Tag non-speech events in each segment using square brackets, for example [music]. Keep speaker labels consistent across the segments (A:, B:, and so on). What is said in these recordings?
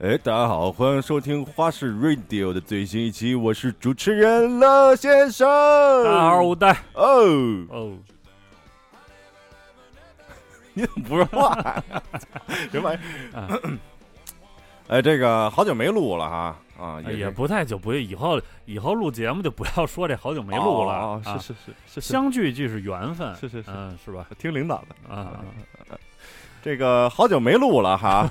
A: 哎，大家好，欢迎收听花式 Radio 的最新一期，我是主持人乐先生。嗯
B: 大家好，我带
A: 哦，
B: 哦，
A: 你怎么不说话呀？什么玩意
B: [laughs] 啊
A: 儿？哎，这个好久没录了哈，啊，
B: 哎
A: 是
B: 也不太久，不以后以后录节目就不要说这好久没录了，
A: 哦哦
B: 啊
A: 是是是是是
B: 相聚即是缘分，
A: 是是是
B: 嗯，是吧？
A: 听领导的。
B: 啊，
A: 这个好久没录了
B: [laughs]
A: 哈，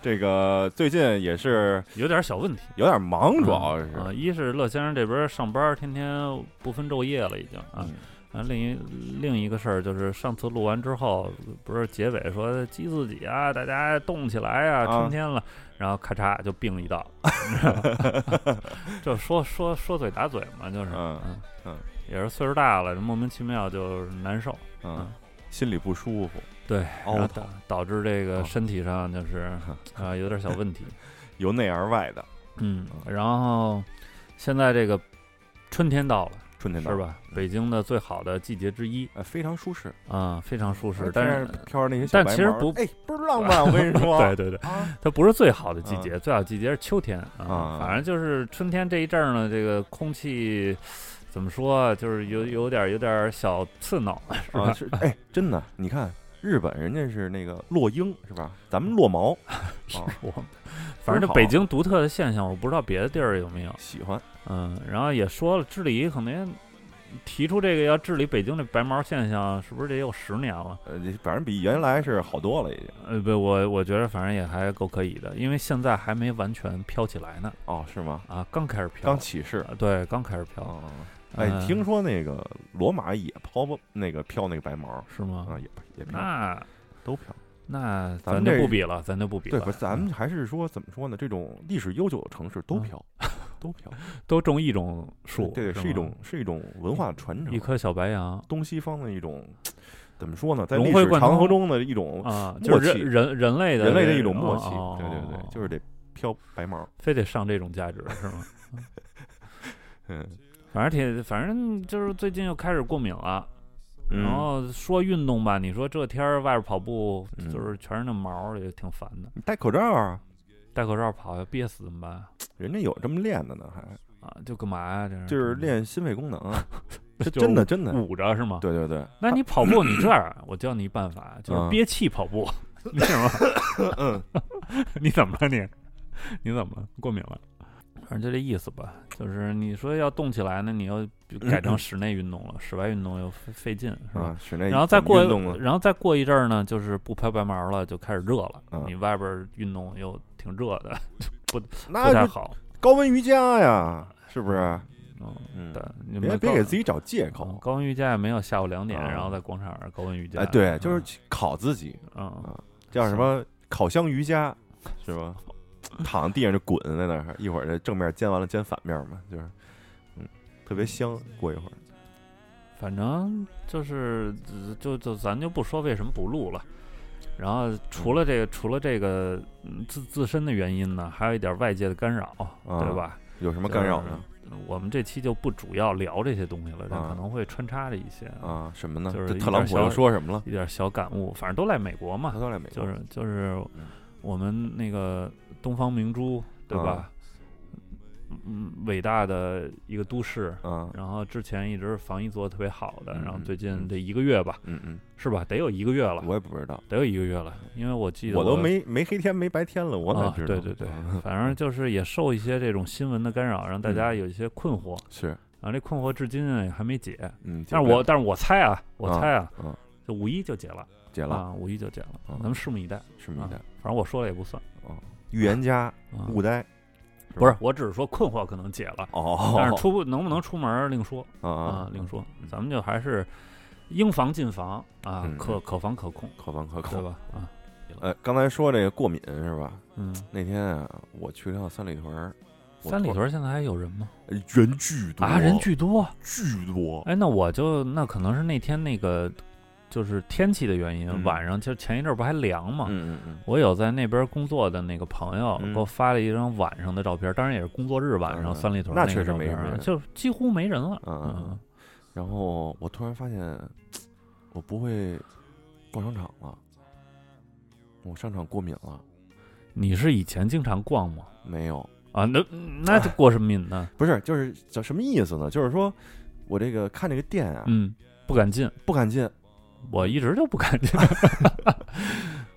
A: 这个最近也是
B: 有点小问题，
A: 有点忙，主要是
B: 啊，一是乐先生这边上班，天天不分昼夜了，已经啊。
A: 嗯
B: 啊，另一另一个事儿就是上次录完之后，不是结尾说激自己啊，大家动起来啊，
A: 啊
B: 春天了，然后咔嚓就病
A: [laughs]
B: 一道， [laughs] 你知道吗就说说说嘴打嘴嘛，就是，
A: 嗯嗯
B: 也是岁数大了，莫名其妙就是难受，
A: 嗯，心里不舒服，
B: 啊对，然
A: 哦
B: 后，导导致这
A: 哦
B: 个身体上就是啊、有点小
A: [laughs]
B: 问题，
A: 由内而外的
B: 嗯，
A: 哦
B: 然后现在这个春天到了，
A: 春天到嗯
B: 是？吧？北京的最好的季节之一
A: 呃，非常舒适，
B: 啊、非常舒适，但
A: 但
B: 是
A: 是飘呃着那些小
B: 但
A: 白
B: 其实
A: 毛
B: 不
A: 哎，倍儿浪漫，我跟你 [laughs] 说，
B: 对对对，
A: 啊，
B: 它不是最好的季
A: 嗯
B: 节，最好的季节是秋天啊
A: 啊。
B: 反正就是春天这一阵儿呢，这个空气怎么说啊，就是有有点有点小刺挠， [laughs] 是
A: 啊
B: 吧？
A: 是 [laughs] 哎，真的，你看日本人家是那个落英是吧？咱们落毛，啊
B: 我反正
A: 好
B: 这北京独特的现象，我不知道别的地儿有没有。
A: 喜欢
B: 嗯，然后也说了，治理可能提出这个要治理北京的白毛现象，是不是得有十年了？
A: 呃，反正比原来是好多了已经。
B: 呃，不，我我觉得反正也还够可以的，因为现在还没完全飘起来呢，
A: 哦，是吗？
B: 啊，刚开始飘，
A: 刚起势。
B: 啊对，刚开始飘，
A: 哦，哎，
B: 嗯
A: 听说那个罗马也抛不那个飘那个白毛
B: 是吗？
A: 啊，也也飘，
B: 那
A: 都飘。
B: 那
A: 咱们
B: 就
A: 这
B: 不比了，咱就不比了，
A: 对，不是咱们还是说怎么说呢？这种历史悠久的城市都
B: 嗯
A: 飘，都 [laughs] 飘。
B: 都种一种树，
A: 对，
B: 是
A: 是一
B: 吗
A: 种是一种文化传承
B: 一，棵小白杨
A: 东西方的一种怎么说呢？在
B: 融
A: 历
B: 会
A: 史
B: 贯
A: 长河
B: 通
A: 中的一种
B: 啊，
A: 嗯默
B: 就是
A: 契
B: 人人人类的
A: 人类的一
B: 这
A: 种默契
B: 哦。
A: 对对
B: 哦
A: 对，就是得飘白毛。
B: 非得上这种价值是吗？
A: [laughs] 嗯，
B: 反正挺，反正就是最近又开始过敏了。
A: 嗯
B: 然后说运动吧，你说这天儿外边跑步，
A: 嗯
B: 就是全是那毛儿，也挺烦的。
A: 你戴口罩啊，
B: 戴口罩跑要憋死怎么办
A: 人家有这么练的呢，还
B: 啊？就干嘛呀？这是
A: 就是练心肺功能
B: [laughs]
A: 啊，
B: 这
A: 真的真的。
B: 捂着是吗？
A: 对对对，
B: 那你跑步，你这样，我教你一办法，就是
A: 嗯
B: 憋气跑步， [laughs] 你知道吗？ [laughs] 你怎么了你？你怎么了？过敏了？反正就这意思吧。就是你说要动起来呢，你又改成室内运动了，室外运动又费费劲，是吧？
A: 啊，室内
B: 然后再
A: 怎么
B: 过呃
A: 运动，了，
B: 然后再过一阵儿呢，就是不拍白毛了，就开始热了。
A: 嗯
B: 你外边儿运动又挺热的， [laughs] 不
A: 那
B: 太
A: 就
B: 好。
A: 高温瑜伽呀，是不是？
B: 嗯，
A: 嗯
B: 对，，你
A: 别
B: 们
A: 别
B: 高
A: 给自己找借
B: 嗯
A: 口。
B: 高温瑜伽也没有下午两点，
A: 啊
B: 然后在广场上高温瑜伽。
A: 哎，对，就是
B: 嗯
A: 去考自己，
B: 嗯，
A: 叫什
B: 是
A: 么烤箱瑜伽，是吧？躺地上就滚在那儿，一会儿这正面煎完了煎反面嘛，就是，嗯，特别香。过一会儿，
B: 反正就是就就咱就不说为什么不录了。然后除了这个，除了这个嗯自自身的原因呢，还有一点外界的干扰，对吧？
A: 啊有什么
B: 就
A: 干扰呢？
B: 是我们这期就不主要聊这些东西了，但
A: 啊
B: 可能会穿插着一些
A: 啊，什么呢？
B: 就是
A: 这
B: 一
A: 特
B: 点
A: 朗普
B: 小
A: 又说什么了？
B: 一点小感悟，反正都来美国
A: 他
B: 嘛，
A: 都来美
B: 就
A: 国，
B: 是就是
A: 嗯
B: 我们那个东方明珠，对
A: 啊
B: 吧？嗯，伟大的一个都市，
A: 啊，
B: 然后之前一直防疫做的特别好的，
A: 嗯
B: 然后
A: 嗯
B: 最近
A: 嗯
B: 这一个月吧，
A: 嗯嗯，
B: 是吧？得有一个月了，
A: 我也不知道，
B: 得有一个月了，因为我记得
A: 我都没没黑天没白天了，我哪
B: 啊，
A: 知道？
B: 对对对，反正就是也受一些这种新闻的干扰，让大
A: 嗯
B: 家有一些困惑，
A: [laughs] 是，
B: 然后这困惑至今啊也还没解，
A: 嗯，
B: 但是我但是我猜啊，我
A: 啊
B: 猜啊，
A: 嗯
B: 就五一就解了
A: 解了，
B: 啊，五一就解了，
A: 啊
B: 咱们拭目以待，
A: 是明白
B: 啊。反正我说了也不算，
A: 哦，预言家
B: 啊
A: 雾呆
B: 不是，我只是说困惑可能解了，
A: 哦，
B: 但是出不能不能出门儿另说
A: 啊
B: 啊，另说
A: 嗯，
B: 咱们就还是应防尽防啊
A: 嗯，
B: 可可防可控，
A: 可防可
B: 对
A: 控。
B: 吧？啊，
A: 呃，刚才说这个过敏是吧？
B: 嗯，
A: 那天啊，我去趟三里屯儿，我
B: 三里
A: 突
B: 屯现在还有人吗？
A: 然人巨多
B: 啊，人巨多，
A: 巨多，
B: 哎，那我就那可能是那天那个就是天气的原因，
A: 嗯
B: 晚上就前一阵儿不还凉嘛。
A: 嗯嗯嗯，
B: 我有在那边工作的那个朋友
A: 嗯
B: 给我发了一张晚上的照片，当然也是工作日晚
A: 嗯
B: 上三里屯
A: 那
B: 个
A: 确实
B: 照
A: 没
B: 片
A: 什么
B: 啊
A: 人
B: 就几乎没人了。
A: 嗯嗯嗯然后我突然发现，我不会逛商场了，我商场过敏了，
B: 你是以前经常逛吗？
A: 没有，
B: 啊，那那
A: 哎
B: 就过什么瘾呢？
A: 不是，就是叫什么意思呢？就是说我这个看这个店啊，
B: 嗯，不敢进，
A: 不敢进，
B: 我一直就不敢
A: 哎
B: 进。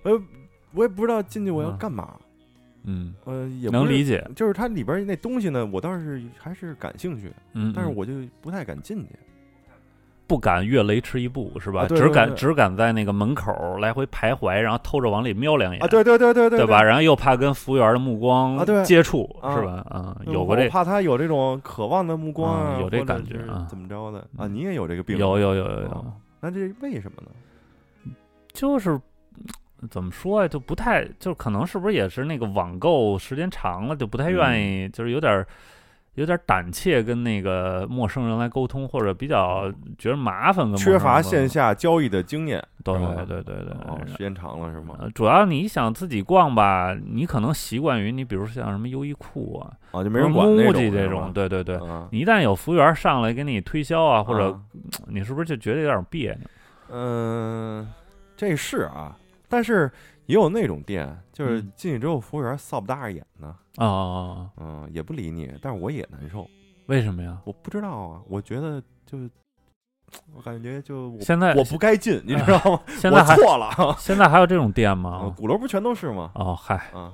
A: 我也我也不知道进去我要
B: 嗯
A: 干嘛，
B: 嗯，
A: 呃，也不
B: 能
A: 是
B: 理解。
A: 就是它里边那东西呢，我倒是还是感兴趣，
B: 嗯，
A: 但是
B: 嗯哎
A: 我就不太敢进去。
B: 不敢越雷池一步，是吧？
A: 啊对
B: 只
A: 对
B: 敢
A: 对
B: 只敢在那个门口来回徘徊，然后偷着往里瞄两眼，
A: 啊，对对对对对
B: 对吧？？然后又怕跟服务员的目光
A: 啊对
B: 接触，
A: 啊
B: 是吧？啊，
A: 嗯
B: 有
A: 我
B: 过这
A: 怕他有这种渴望的目光啊，
B: 嗯有这
A: 或者
B: 感觉
A: 是
B: 啊
A: 怎么着的啊？
B: 嗯
A: 你也有这个病？
B: 有有有有有
A: 哦，那这为什么呢？
B: 就是嗯怎么说呀、就不太，就可能是不是也是那个网购时间长了，就不太愿
A: 嗯
B: 意，就是有点儿有点儿胆怯跟那个陌生人来沟通，或者比较觉得麻烦跟陌生
A: 缺
B: 人
A: 乏
B: 沟通
A: 线，下交易的经验，
B: 对
A: 是吧
B: 对对对，
A: 哦，时间长了是吗？
B: 呃，主要你想自己逛吧，你可能习惯于你，比如像什么优衣库啊、
A: 啊，就没人管那
B: 木
A: 种
B: 吉
A: 是
B: 这
A: 吗
B: 种，对对对。
A: 啊
B: 你一旦有服务员上来给你推销啊，或者
A: 啊
B: 你是不是就觉得有点别扭？
A: 嗯，这是啊，但是也有那种店，就是
B: 嗯
A: 进去之后服务员扫不大眼呢，
B: 啊、哦，
A: 嗯，也不理你，但是我也难受，
B: 为什么呀？
A: 我不知道啊，我觉得就是我感觉就我
B: 现在嗯
A: 我不该进，你知道吗？
B: 现
A: 我
B: 在还
A: 错了，
B: 现在还有这种店
A: 啊，
B: 吗？
A: 鼓楼不全都是吗？
B: 哦，嗨，
A: 啊，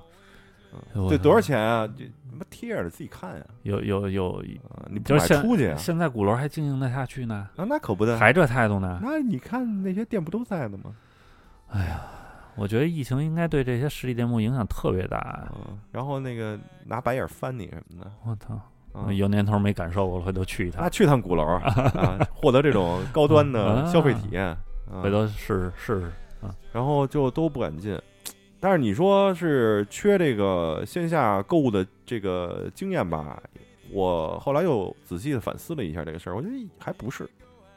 B: 哎我
A: 这多少？钱啊？这他妈贴着的自己看呀，
B: 有有有，
A: 啊，你不
B: 就是
A: 买
B: 现
A: 出去啊？
B: 现在鼓楼还经营得下去呢，
A: 啊，那可不的，
B: 还这态度呢？
A: 那你看那些店不都在呢吗？
B: 我觉得疫情应该对这些实体店铺影响特别大。
A: 啊，然后那个拿白眼翻你什么的，
B: 我操，嗯哎
A: 啊，
B: 有年头没感受过了，回头去一趟
A: 那。去趟鼓楼
B: [laughs]
A: 啊，啊获得这种高端的消费体验。啊
B: 嗯回头试试试试。
A: 然后就都不敢进。但是你说是缺这个线下购物的这个经验吧？我后来又仔细的反思了一下这个事儿，我觉得还不是。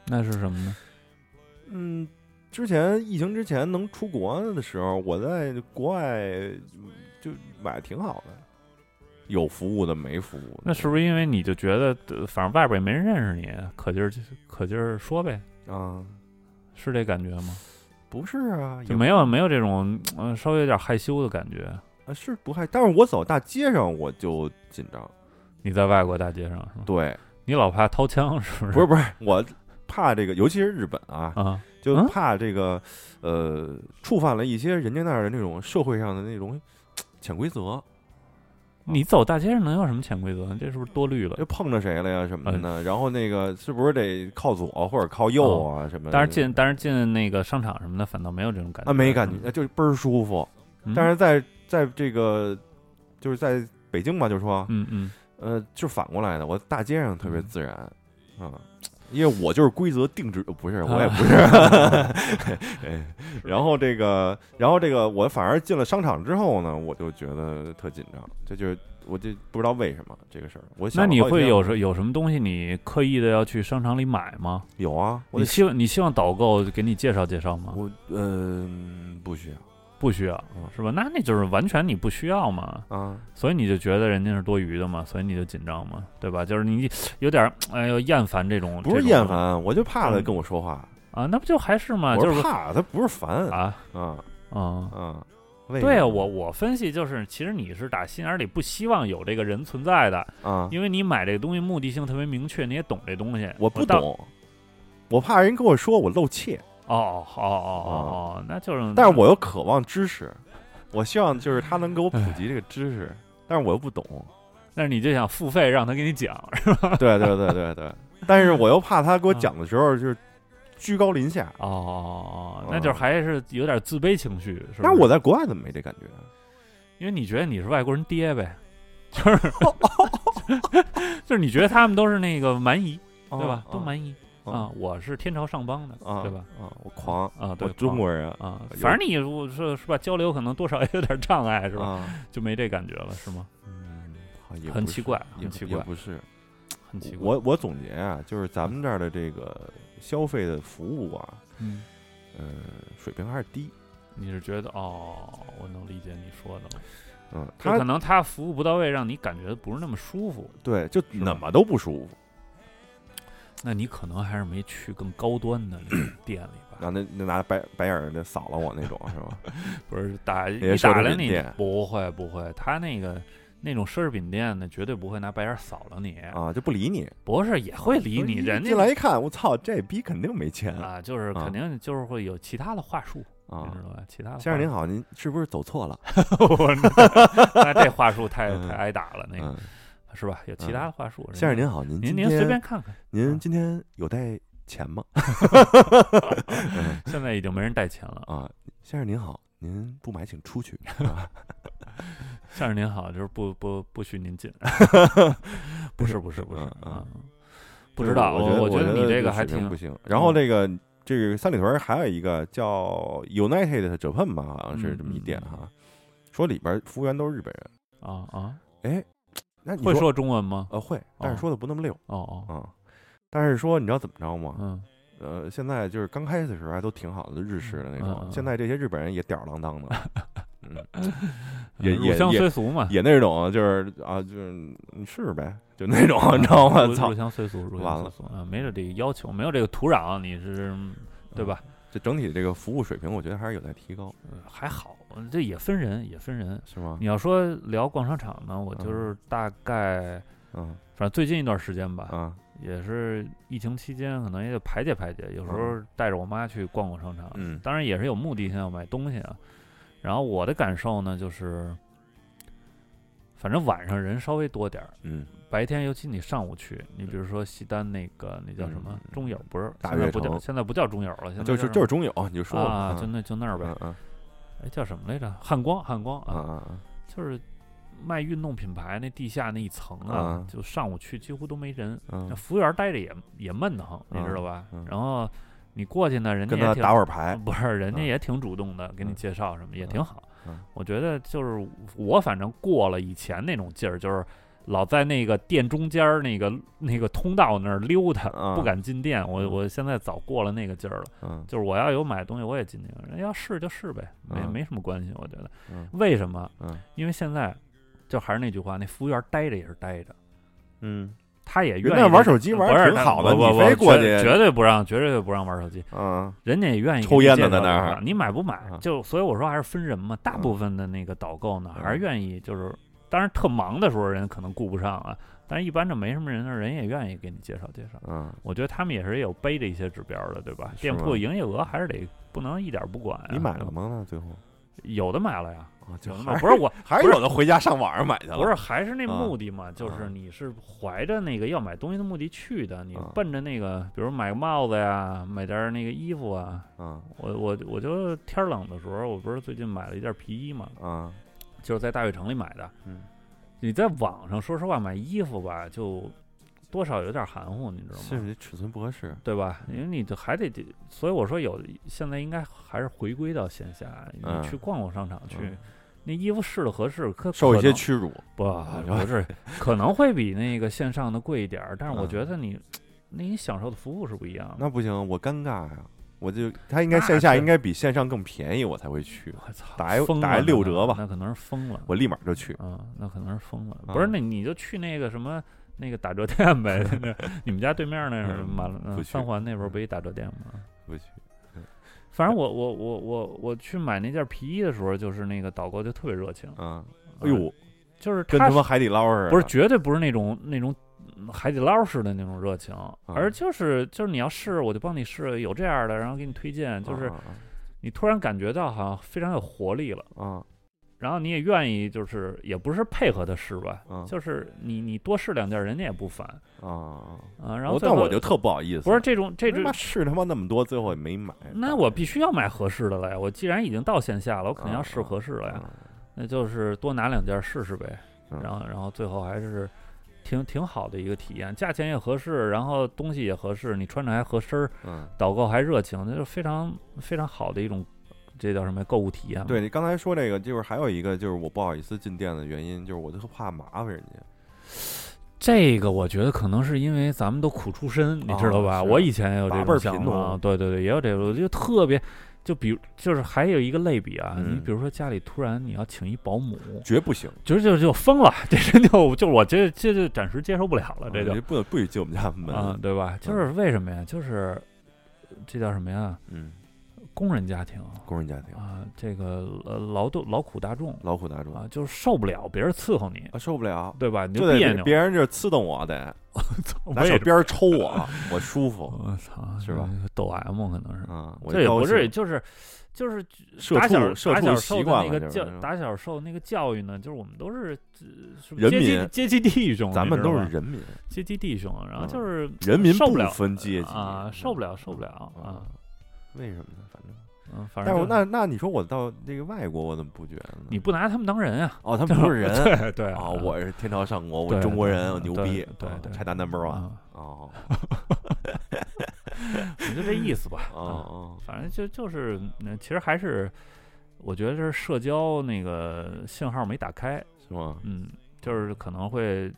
B: 那是什么呢？
A: 嗯，之前疫情之前能出国的时候，我在国外就买挺好的，有服务的没服务的。
B: 那是不是因为你就觉得，呃反正外边也没人认识你，可劲儿可劲儿说呗，
A: 啊，
B: 是这感觉吗？
A: 不是啊，
B: 就
A: 也
B: 没有没有这种嗯、稍微有点害羞的感觉。
A: 啊是不害，但是我走大街上我就紧张。
B: 你在外国大街上是吗？
A: 对，
B: 你老怕掏枪是不是？
A: 不是不是，我怕这个，尤其是日本啊，
B: 啊，
A: 就
B: 嗯
A: 怕这个，呃，触犯了一些人家那儿的那种社会上的那种潜规则，
B: 你走大街上能有什么潜规则？这是不是多虑了
A: 就？碰着谁了呀什么的
B: 嗯
A: 呢？然后那个是不是得靠左或者靠右啊什么的？
B: 嗯但是进但是进那个商场什么的，反倒没有这种感觉
A: 啊没感觉，就是倍儿舒服。
B: 嗯
A: 但是在在这个就是在北京吧，就说
B: 嗯嗯，
A: 呃，就反过来的，我大街上特别自然啊。因为我就是规则定制，呃不是我
B: 啊
A: 也不是，
B: [laughs]
A: 哎 [laughs] 然后这个，然后这个，我反而进了商场之后呢，我就觉得特紧张，这就是我就不知道为什么这个事儿。我想
B: 那
A: 了
B: 你
A: 好几
B: 会
A: 天
B: 有什有什么东西你刻意的要去商场里买吗？
A: 有啊？我
B: 你希望你希望导购给你介绍介绍吗？
A: 我嗯、不需要
B: 不需要
A: 嗯，
B: 是吧？那那就是完全你不需要嘛，
A: 啊，
B: 所以你就觉得人家是多余的嘛，所以你就紧张嘛，对吧？就是你有点儿哎呦厌烦这种，
A: 不
B: 这
A: 是
B: 种
A: 厌烦，我就怕他
B: 嗯
A: 跟我说话，
B: 啊，那不就还是嘛，
A: 我
B: 就是是
A: 怕他不是烦啊
B: 啊
A: 啊
B: 啊。
A: 啊！为
B: 对
A: 什
B: 啊，
A: 么
B: 我我分析就是，其实你是打心眼儿里不希望有这个人存在的，
A: 啊，
B: 因为你买这个东西目的性特别明确，你也懂这东西。
A: 我不
B: 到
A: 懂，我怕人跟我说我露怯。
B: 哦哦哦哦哦，那就是。
A: 嗯但是我又渴望知识，我希望就是他能给我普及这个知识，但是我又不懂。
B: 但是你就想付费让他给你
A: [laughs]
B: 讲，
A: 对对对对对，但是我又怕他给我讲的时候就是居高临下。
B: 哦哦哦，那就是还是有点自卑情绪，是吧？
A: 嗯那我在国外怎么没这感觉？
B: 因为你觉得你是外国人爹呗，就是 [laughs] 就是你觉得他们都是那个蛮夷，对吧？都蛮夷
A: 啊
B: 啊，我是天朝上邦的，
A: 啊，
B: 对吧？？
A: 啊，我狂，
B: 啊，
A: 我
B: 对，
A: 中国人
B: 啊，啊
A: 有
B: 反正你我说是吧，交流可能多少也有点障碍，是吧？
A: 吧？
B: 就没这感觉了，是吗？
A: 嗯，好啊也
B: 很
A: 不
B: 奇
A: 是
B: 怪
A: 也
B: 很
A: 不
B: 奇
A: 也
B: 怪
A: 不是。
B: 很奇怪，
A: 我我总结啊，就是咱们这儿的这个消费的服务啊，
B: 嗯，
A: 呃，水平还是低。
B: 你是觉得哦，我能理解你说的了，
A: 嗯，
B: 就
A: 他
B: 可能他服务不到位，让你感觉不是那么舒服，
A: 对就
B: 吧
A: 怎么都不舒服。
B: 那你可能还是没去更高端的那种店里吧？
A: 然后啊那那拿白白眼儿那扫了我那种是
B: [laughs]
A: 吧？
B: 不是打
A: 些
B: 一
A: 奢
B: 打
A: 侈
B: 量
A: 品
B: 你
A: 店，
B: 不会不会，他那个那种奢侈品店呢，绝对不会拿白眼扫了你，
A: 啊，就不理你，
B: 不是也哎会理你，
A: 一
B: 人家
A: 进来一看，我操，这逼肯定没钱
B: 啊，就是
A: 啊
B: 肯定就是会有其他的话术，你知
A: 啊！
B: 道吧？其他的
A: 先生您
B: 好，
A: 好，您是不是走错了？
B: 我
A: [laughs]
B: 那那这话术太
A: 嗯
B: 太挨打了，那个
A: 嗯，
B: 是吧？有其他的话术，人
A: 先生
B: 家
A: 您好，您
B: 哎您
A: 今
B: 您随
A: 天
B: 便看看，
A: 您
B: 啊
A: 今天有带钱
B: [laughs]
A: 吗？嗯
B: 现在已经没人带钱了。
A: 啊，先生您好，您不买请出去。啊
B: 先生您好，就是不不不许
A: [laughs]
B: 您进，不是不是不是
A: 嗯嗯
B: 啊，不知道，
A: 我觉得
B: 我
A: 觉
B: 得你这
A: 水
B: 个还
A: 平
B: 挺嗯
A: 不行。然后这个这个三里屯儿还有一个叫 United Japan 吧，好像是这么一
B: 嗯
A: 店哈，说里边儿服务员都是日本人。
B: 啊啊，
A: 哎，那你
B: 会
A: 说
B: 说中文吗？
A: 呃会，但是
B: 哦
A: 说的不那么溜
B: 哦
A: 啊。
B: 哦，
A: 但是说你知道怎么着吗？
B: 嗯，
A: 呃，现在就是刚开始的时候还都挺好的，日式的那
B: 嗯嗯
A: 种。
B: 嗯
A: 现在这些日本人也吊儿郎当的，嗯，也
B: 嗯
A: 也
B: 入乡
A: 也
B: 随俗嘛，
A: 也那种就是啊，就是你试呗，就那种，[laughs]
B: 嗯
A: 你知道吗？
B: 入
A: 操
B: 入，乡随俗，入
A: 完
B: 乡
A: 了嗯
B: 随俗啊，没有这个要求，没有这个土壤，你是对吧？
A: 这整体这个服务水平，我觉得还是有待提高，
B: 呃还好，这也分人，也分人。
A: 是吗
B: 你？要说聊逛商场呢，我
A: 嗯
B: 就是大概，
A: 嗯
B: 反正最近一段时间吧，
A: 啊，
B: 也是疫情期间，可能也得排解排解。有时候带着我妈去逛逛商场，
A: 嗯
B: 当然也是有目的性要买东西啊。然后我的感受呢，就是，反正晚上人稍微多点儿，
A: 嗯，
B: 白天尤其你上午去，你比如说西单那个那叫什么
A: 嗯
B: 中友，不是
A: 大
B: 现在
A: 悦
B: 不叫
A: 城啊
B: 现在不叫中友了，现在
A: 就就
B: 叫什
A: 就是
B: 么
A: 中友，你就说
B: 啊，
A: 吧，
B: 就那就那儿呗
A: 嗯，嗯
B: 哎叫什么来着？汉光汉光
A: 嗯
B: 啊，
A: 嗯
B: 就是卖运动品牌那地下那一层啊，
A: 啊
B: 就上午去几乎都没人，
A: 嗯
B: 那
A: 嗯，
B: 服务员待着也也闷得慌，你知道吧？
A: 嗯
B: 然后你过去呢，人家
A: 跟
B: 也
A: 他
B: 挺
A: 打会儿牌，
B: 不是，人家
A: 嗯
B: 也挺主动的，给你
A: 嗯
B: 介绍什么也
A: 嗯
B: 挺好
A: 嗯。
B: 我觉得就是我反正过了以前那种劲儿，就是老在那个店中间儿那个那个通道那儿溜达，
A: 啊
B: 不敢进店。我
A: 嗯
B: 我现在早过了那个劲儿了，
A: 嗯
B: 就是我要有买东西我也进去，人要试就试呗，没
A: 嗯
B: 没什么关系。我觉得
A: 嗯
B: 为什么？
A: 嗯
B: 因为现在就还是那句话，那服务员待着也是待着。
A: 嗯，
B: 他也
A: 人
B: 愿意
A: 家玩
B: 手
A: 手机玩儿挺好的，
B: 不不
A: 你
B: 不
A: 非过
B: 绝
A: 去，
B: 绝对不让，绝对不让玩手机。
A: 嗯
B: 人家也愿意
A: 抽
B: 给你
A: 烟
B: 介
A: 呢在那
B: 绍的
A: 儿
B: 你买不买
A: 啊？
B: 就所以我说还是分人嘛，大部分的那个导购呢，
A: 嗯
B: 还是愿意就是，当然特忙的时候人可能顾不上啊，但是一般这没什么人的时候人也愿意给你介绍介绍。
A: 嗯，
B: 我觉得他们也是有背着一些指标的，对吧？
A: 是
B: 店
A: 吗
B: 铺营业额还是得不能一点不管、啊。
A: 你买了？吗？那最后
B: 有的买了呀，
A: 啊，就
B: 有的买
A: 还
B: 了不是我，
A: 还是有的回家上网上买去了，
B: 不是，还是那
A: 啊
B: 目的嘛，就是
A: 啊
B: 你是怀着那个要买东西的目的去的，你
A: 啊
B: 奔着那个，比如买个帽子呀，买点儿那个衣服啊。
A: 嗯
B: 我我我就天儿冷的时候，我不是最近买了一件皮衣嘛，
A: 嗯
B: 就是在大悦城里买的。
A: 嗯，
B: 你在网上说实话买衣服吧，就多少有点含糊，你知道
A: 是
B: 吗？
A: 你尺寸不合适，
B: 对吧？因为你这还得，所以我说有现在应该还是回归到线下，
A: 嗯
B: 你去逛逛商场去。
A: 嗯
B: 那衣服试了合适，可
A: 受一些
B: 屈。
A: 屈辱，
B: [laughs] 不不是，可能会比那个线上的贵一点儿，但是我觉得你，那你享受的服务是不一样的。
A: 嗯那不行，我尴尬呀。我就他应该
B: 那
A: 线下
B: 是
A: 应该比线上更便宜，我才会去。
B: 我操，
A: 打一
B: 疯
A: 打
B: 了
A: 一六
B: 那
A: 折吧
B: 那可能是疯了。
A: 我立马就去。
B: 嗯，那可能是疯了。
A: 啊
B: 不是，那你就去那个什么那个打折店呗。 [laughs] 那你们家对面那是
A: 嗯
B: 马路
A: 不
B: 嗯
A: 去
B: 三环那边不一打折店吗？
A: 不去，
B: 反正我我我我我去买那件皮衣的时候，就是那个导购就特别热情，
A: 嗯，哎呦，
B: 就是
A: 跟
B: 他
A: 他妈海底捞似的。
B: 不是绝对不是那种那种嗯海底捞式的那种热情，
A: 嗯
B: 而就是就是你要试我就帮你试，有这样的，然后给你推荐，就是
A: 啊
B: 你突然感觉到好像非常有活力了，
A: 啊
B: 然后你也愿意就是也不是配合他试吧，
A: 啊
B: 就是你你多试两件，人家也不烦
A: 啊啊！
B: 啊。然后
A: 我
B: 最
A: 但
B: 后
A: 我就特不好意思，
B: 不是这种这
A: 他
B: 种
A: 妈。试他妈那么多，最后也没买。
B: 那我必须要买合适的了呀！我既然已经到线下了，我肯定要试
A: 啊
B: 合适了呀。
A: 嗯
B: 那就是多拿两件试试呗，
A: 嗯
B: 然后然后最后还是挺挺好的一个体验，价钱也合适，然后东西也合适，你穿着还合身儿，
A: 嗯，
B: 导购还热情，那就非常非常好的一种，这叫什么呀购物体验嘛？
A: 对你刚才说这个，就是还有一个就是我不好意思进店的原因，就是我就怕麻烦人家。
B: 这个我觉得可能是因为咱们都苦出身，你知道吧？
A: 哦是啊
B: 我以前也有这
A: 八辈
B: 种
A: 儿
B: 想
A: 贫
B: 法
A: 农，
B: 对对对，也有这种，我就特别就比如就是还有一个类比啊，
A: 嗯
B: 你比如说家里突然你要请一保姆，
A: 绝不行，
B: 就是就就疯了，这人就就我这这就暂时接受不了了，啊这就
A: 啊不能不许进我们嗯家门
B: 啊、对吧？就是为什么呀？就是这叫什么呀？
A: 嗯，
B: 工人家庭
A: 工人家庭，
B: 啊，这个呃劳动劳苦大众
A: 劳苦大众
B: 啊，就是受不了别人伺候你，
A: 啊，受不了，
B: 对吧？你
A: 就
B: 就别
A: 得
B: 扭，
A: 别人这刺瞪我得拿
B: 为
A: 小
B: 什么
A: 鞭儿抽我，我舒服
B: 我操，
A: 是吧？
B: 抖 M 可能是，
A: 啊，我
B: 这也
A: 高
B: 不
A: 兴
B: 是，就是就是
A: 社
B: 打小
A: 畜社
B: 打小
A: 畜
B: 受
A: 习
B: 的
A: 惯
B: 那
A: 了，
B: 个
A: 就
B: 教
A: 是嗯
B: 打小受那个教育呢，就是我们都是呃是
A: 人
B: 阶级
A: 民
B: 阶级弟兄，
A: 咱
B: 你
A: 们
B: 知
A: 都
B: 道
A: 是
B: 吧
A: 人民，
B: 阶级弟兄，然后
A: 嗯
B: 就是
A: 人民
B: 受不
A: 不
B: 了
A: 分阶级
B: 啊，受不
A: 了
B: 了受不了啊，，
A: 为什么呢？反正，
B: 嗯，反
A: 但是我
B: 正
A: 那
B: 就
A: 那你说我到那个外国，我怎么不觉得呢？
B: 你不拿他们当人啊，
A: 哦，他们不是人
B: [laughs] 对对
A: 啊，我是天朝上国，我
B: 对
A: 中国人，
B: 对
A: 我牛
B: 对
A: 逼，
B: 对
A: 啊
B: 对
A: ，China number one，
B: 啊，
A: 哦
B: [laughs] 你就这意思吧，
A: 哦
B: 啊，
A: 哦，
B: 反正就就是，嗯其实还是我觉得是社交那个信号没打开，
A: 是吗？
B: 嗯，就是可能会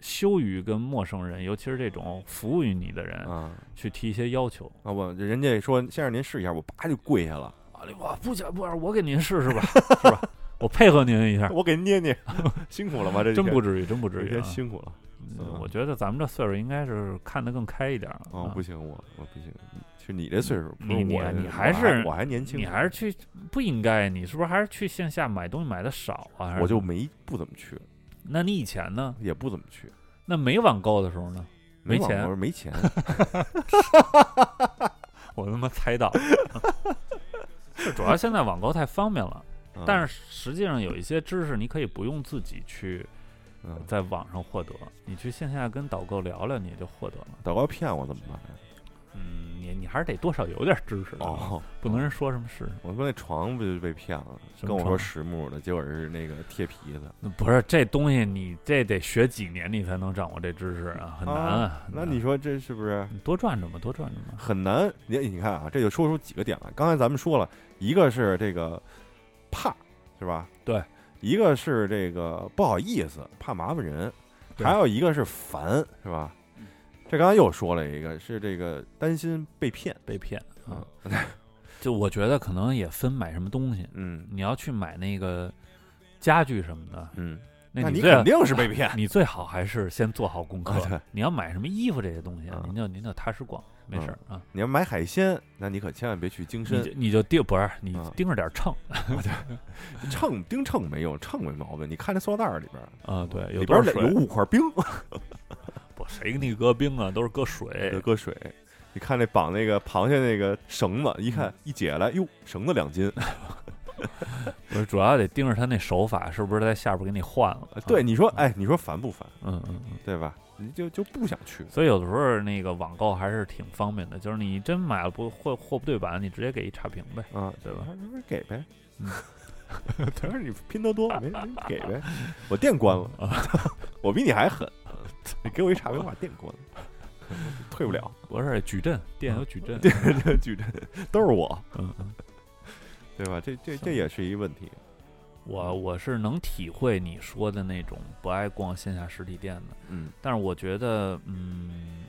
B: 羞于跟陌生人，尤其是这种服务于你的人，
A: 啊
B: 去提一些要求。
A: 啊，我人家说先让您试一下，我叭就跪下了，
B: 啊，我不想，不，我给您试试
A: [laughs]
B: 吧，是吧？我配合您一下，
A: 我给您捏捏， [laughs] 辛苦了吧？这
B: 嗯真
A: 一
B: 不
A: 天
B: 至于，真不
A: 这
B: 至
A: 一
B: 于、
A: 天
B: 啊。
A: 辛苦了
B: 嗯
A: 啊
B: 我觉得咱们这岁数应该是看得更开一点了。
A: 啊！
B: 啊
A: 不行，我我不行，是你这岁数，不
B: 你
A: 是
B: 嗯你
A: 我，
B: 你
A: 我还
B: 还是
A: 我还年轻，
B: 你还是去不应该，你是不是还是去线下买东西买的少啊？还是
A: 我就没不怎么去，
B: 那你以前呢？
A: 也不怎么去，
B: 那没网购的时候呢？没
A: 网
B: 钱
A: 我说没钱，
B: 我他妈猜到了， [laughs] 嗯是主要现在网购太方便了。 [laughs] 但是实际上有一些知识你可以不用自己去
A: 嗯嗯
B: 在网上获得，你去线下跟导购聊聊，你也就获得了。
A: 导购骗我怎么办？
B: 嗯，你你还是得多少有点知识的，
A: 哦，
B: 不能人说什么是什么。
A: 我说那床不就被骗了？
B: 什
A: 跟
B: 么
A: 我
B: 床
A: 说实木的，结果是那个铁皮的。
B: 那不是这东西，你这得学几年你才能掌握这知识啊，很难啊。很
A: 那
B: 难
A: 你说这是不是
B: 你多转转吧，多转转吧。
A: 很难？你你看啊，这就说出几个点来。刚才咱们说了一个是这个怕，是吧？
B: 对。
A: 一个是这个不好意思，怕麻烦人，
B: 对
A: 还有一个是烦，是吧？这刚才又说了一个，是这个担心被骗
B: 被骗啊
A: 啊，，
B: 就我觉得可能也分买什么东西，
A: 嗯
B: 你要去买那个家具什么的，
A: 嗯，
B: [laughs] 那
A: 你
B: 最
A: 肯定是被骗
B: 你最好还是先做好功课。
A: 啊对
B: 你要买什么衣服这些东西，
A: 啊
B: 您就您就踏实逛，没事儿啊。
A: 你要买海鲜，那你可千万别去京
B: 你
A: 深
B: 就，你就盯不是你
A: 啊
B: 盯着点秤
A: [laughs] 秤盯秤没用，秤没毛病。你看那塑料袋儿里边儿，
B: 啊，对，有
A: 里
B: 多
A: 边
B: 少
A: 儿有
B: 水？
A: 五块冰，
B: 不，谁给你搁冰啊？都是搁水。
A: 搁水。你看那绑那个螃蟹那个绳子，一看一解来，哟，绳子两 [laughs] 斤。
B: 不是主要得盯着他那手法是不是在下边给你换了？啊
A: 对，，你说，哎，你说烦不烦？
B: 嗯嗯嗯。
A: 对吧？你就就不想 [laughs] 去。
B: 所以有的时候那个网购还是挺方便的，就是你真买了不货货不对版，你直接给一差评呗。
A: 啊，
B: 对吧？
A: 那不给呗
B: 嗯。
A: [laughs] 他说你拼多多没没给 [laughs] 呗，我店关了，
B: 啊
A: 我比你还狠， [laughs] 你给我一差评，我把店关了， [laughs] 退不 [laughs] 了，
B: 不是矩阵，店有矩
A: [laughs]
B: 阵。
A: 这矩阵都是我，
B: 嗯，嗯
A: 对吧？这这这也是一问题，
B: 我
A: 嗯
B: 我是能体会你说的那种不爱逛线下实体店的，
A: 嗯
B: 但是我觉得，嗯，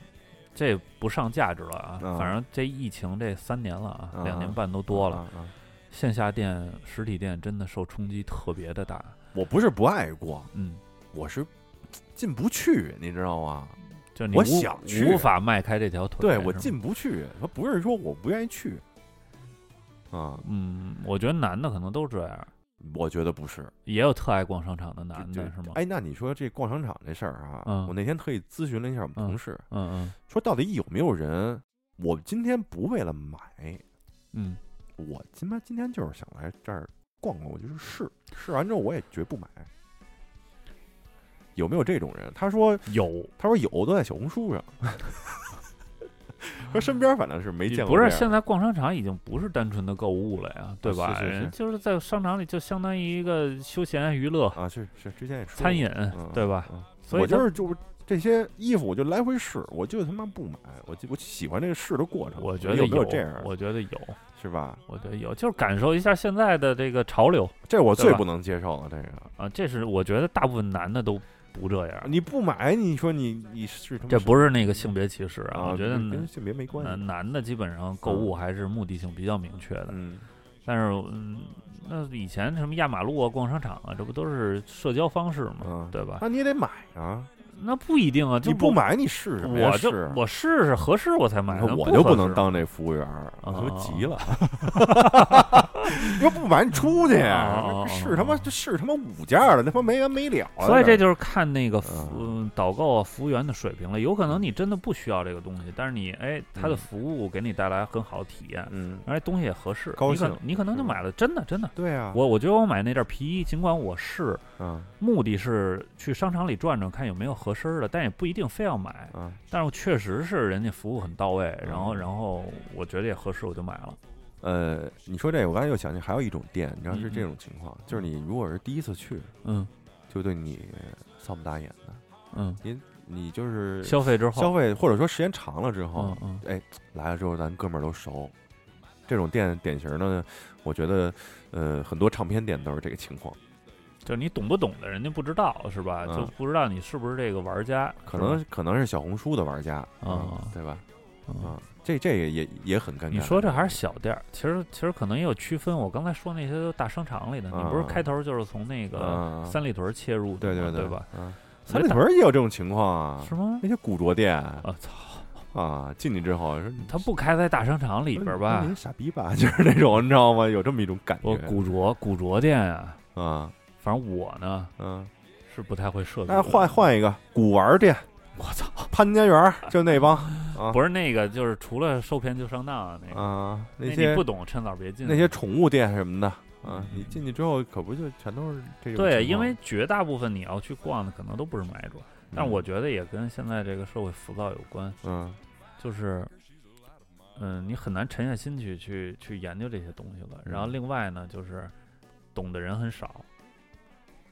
B: 这不上价值了啊。
A: 啊
B: 反正这疫情这三年了啊，
A: 啊
B: 两年半都多了，
A: 啊啊
B: 线下店、实体店真的受冲击特别的大。
A: 我不是不爱逛，
B: 嗯，
A: 我是进不去，你知道吗？
B: 就你
A: 我
B: 无
A: 想去
B: 无法迈开这条腿。
A: 对我
B: 是吗
A: 进不去，他不是说我不愿意去，啊，
B: 嗯，我觉得男的可能都这样，
A: 我觉得不是
B: 也有特爱逛商场的男
A: 就
B: 的
A: 就是
B: 吗？
A: 哎，那你说这逛商场这事儿啊，
B: 嗯
A: 我那天特意咨询了一下我们
B: 嗯
A: 同事，
B: 嗯
A: 说到底有没有人，我今天不为了买，
B: 嗯
A: 我今妈今天就是想来这儿逛逛，我就是试试完之后我也绝不买。有没有这种人？他说，
B: 嗯，有。
A: 他说有，都在小红书上。 [laughs] 说身边反正是没见过
B: 不
A: 这样的。啊
B: 是现在逛商场已经不是单纯的购物了呀，对吧？
A: 是是是
B: 人就是在商场里就相当于一个休闲娱乐、
A: 啊，是是，之前也说过
B: 餐饮，
A: 嗯
B: 对吧？
A: 嗯
B: 所以
A: 我
B: 它
A: 就是就是这些衣服，我就来回试，我就他妈不买，我就我喜欢这个试的过程。
B: 我觉得
A: 有没有这样的？
B: 我觉得有，
A: 是吧？
B: 我觉得有，就是感受一下现在的这个潮流
A: 这我
B: 对
A: 最
B: 吧
A: 不能接受了，这个
B: 啊，这是我觉得大部分男的都不这样。
A: 你不买，你说你你是他妈
B: 这
A: 是
B: 不是那个性别歧视
A: 啊？
B: 我觉得
A: 跟
B: 男
A: 跟性别没关系。
B: 男男的基本上购物还是目的性比较明确的。
A: 嗯，
B: 但是，嗯，那以前什么压马路啊、逛商场啊，这不都是社交方式嘛，
A: 嗯
B: 对吧？
A: 那你也得买啊！
B: 那不一定啊，就
A: 你不，买你试试，
B: 我
A: 就
B: 就我试试合适我才买
A: 你
B: 呢，
A: 看我
B: 不
A: 就
B: 合
A: 不能
B: 适
A: 当这服务员儿，我他妈
B: 啊
A: 急了。 [laughs] 你说不买你出去
B: 啊啊啊，
A: 试他妈试他妈五家了，他妈没完没了啊。
B: 所以这
A: 就
B: 就是看那个服、
A: 嗯
B: 导购啊、服务员的水平了。有可能你真的不需要这个东西，但是你哎，他的服务给你带来很好的体验，
A: 嗯，
B: 而且东西也合适，
A: 高兴
B: 你可你可能就
A: 嗯
B: 买了。真的，真的，
A: 对啊，
B: 我我觉得我买那件皮衣，尽管我是
A: 啊
B: 目的是去商场里转转，看有没有合身的，但也不一定非要买。
A: 啊，
B: 但是确实是人家服务很到位，
A: 嗯
B: 然后然后我觉得也合适，我就买了。
A: 呃，你说这个，我刚才又想起还有一种店，你知道是
B: 嗯嗯
A: 这种情况，就是你如果是第一次去，
B: 嗯
A: 就对你丧不打眼的，
B: 嗯，
A: 你就是
B: 消费之后，
A: 消费或者说时间长了之后
B: 嗯，嗯
A: 来了之后，咱哥们儿都熟。这种店典型的，我觉得，呃，很多唱片店都是这个情况，
B: 就是你懂不懂的，人家不知道是吧？
A: 嗯
B: 就不知道你是不是这个玩家，
A: 可
B: 是吧
A: 能可能是小红书的玩家
B: 啊
A: 对吧？
B: 嗯
A: 啊，这这个也也很尴尬。
B: 你说这还是小店儿，其实其实可能也有区分。我刚才说那些都大商场里的，你不是
A: 啊
B: 开头就是从那个
A: 啊，
B: 三里屯切入
A: 对
B: 的嘛，
A: 对
B: 对吧？？
A: 啊，
B: 我觉
A: 三
B: 得
A: 里屯儿也有这种情况
B: 大
A: 啊，[laughs]
B: 是吗？
A: 那些古着店
B: 啊操！
A: 啊，进去之后说
B: 他不开在大商场里边儿吧
A: 您？傻逼吧， [laughs] 就是那种你知道吗？有这么一种感
B: 我
A: 觉
B: 古着古着店啊，
A: 啊，
B: 反正我呢
A: 嗯，
B: 是不太会设计。
A: 那换，换一个古玩儿店，
B: 我操！
A: 潘家园儿就那
B: [laughs]
A: 帮啊
B: 不是那个，就是除了受骗就上当啊，那个
A: 啊，
B: 那
A: 些
B: 你不懂，趁早别进。
A: 那些宠物店什么的啊
B: 嗯，
A: 你进去之后可不就全都是这种情况？
B: 对，因为绝大部分你要去逛的可能都不是买主，但我觉得也跟现在这个社会浮躁有关。
A: 嗯
B: 就是，嗯，你很难沉下心去去去研究这些东西了。然后
A: 嗯
B: 另外呢，就是懂的人很少。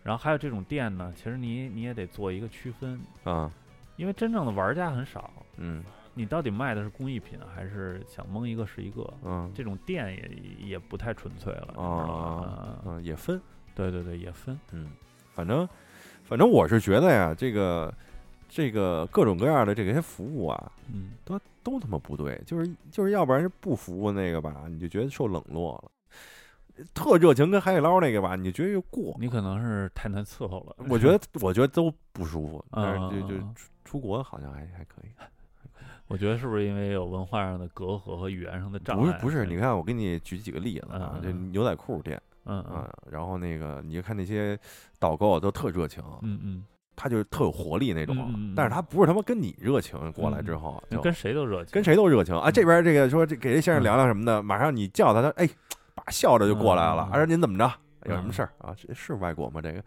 B: 然后还有这种店呢，其实你你也得做一个区分，
A: 啊
B: 因为真正的玩家很少，
A: 嗯
B: 你到底卖的是工艺品还是想蒙一个是一个？
A: 嗯
B: 这种店也也不太纯粹了，你知道
A: 啊
B: 吗？嗯
A: 嗯也分
B: 对对对，也分，
A: 嗯，反正反正我是觉得呀，这个这个各种各样的这些服务啊，
B: 嗯，
A: 都都他妈不对，就是就是要不然是不服务那个吧，你就觉得受冷落了；特热情跟海底捞那个吧，你就觉得就
B: [laughs]
A: 过。
B: 你可能是太难伺候了。
A: 我觉得我觉得都不舒服，但
B: 啊
A: 是就就
B: 啊啊
A: 出出国好像还还可以。
B: 我觉得是不是因为有文化上的隔阂和语言上的障
A: 不是
B: 碍？
A: 不是，
B: 嗯
A: 你，看我给你举几个例子啊，
B: 嗯嗯
A: 就
B: 嗯
A: 牛仔裤店
B: 嗯嗯
A: 啊，然后那个你就看那些导购都特热情，
B: 嗯嗯，
A: 他就是特有活力那种，
B: 嗯嗯嗯
A: 但是他不是他妈跟你热情过来之
B: 嗯嗯
A: 后，
B: 你
A: 就
B: 跟谁都热情，
A: 跟谁都热情啊！
B: 嗯
A: 这边这个说这给这先生聊聊什么的，马上你叫他，他哎，叭笑着就过来了
B: 嗯嗯，嗯
A: 他说您怎么着？有什么
B: 嗯
A: 事儿啊？这是外国吗？这个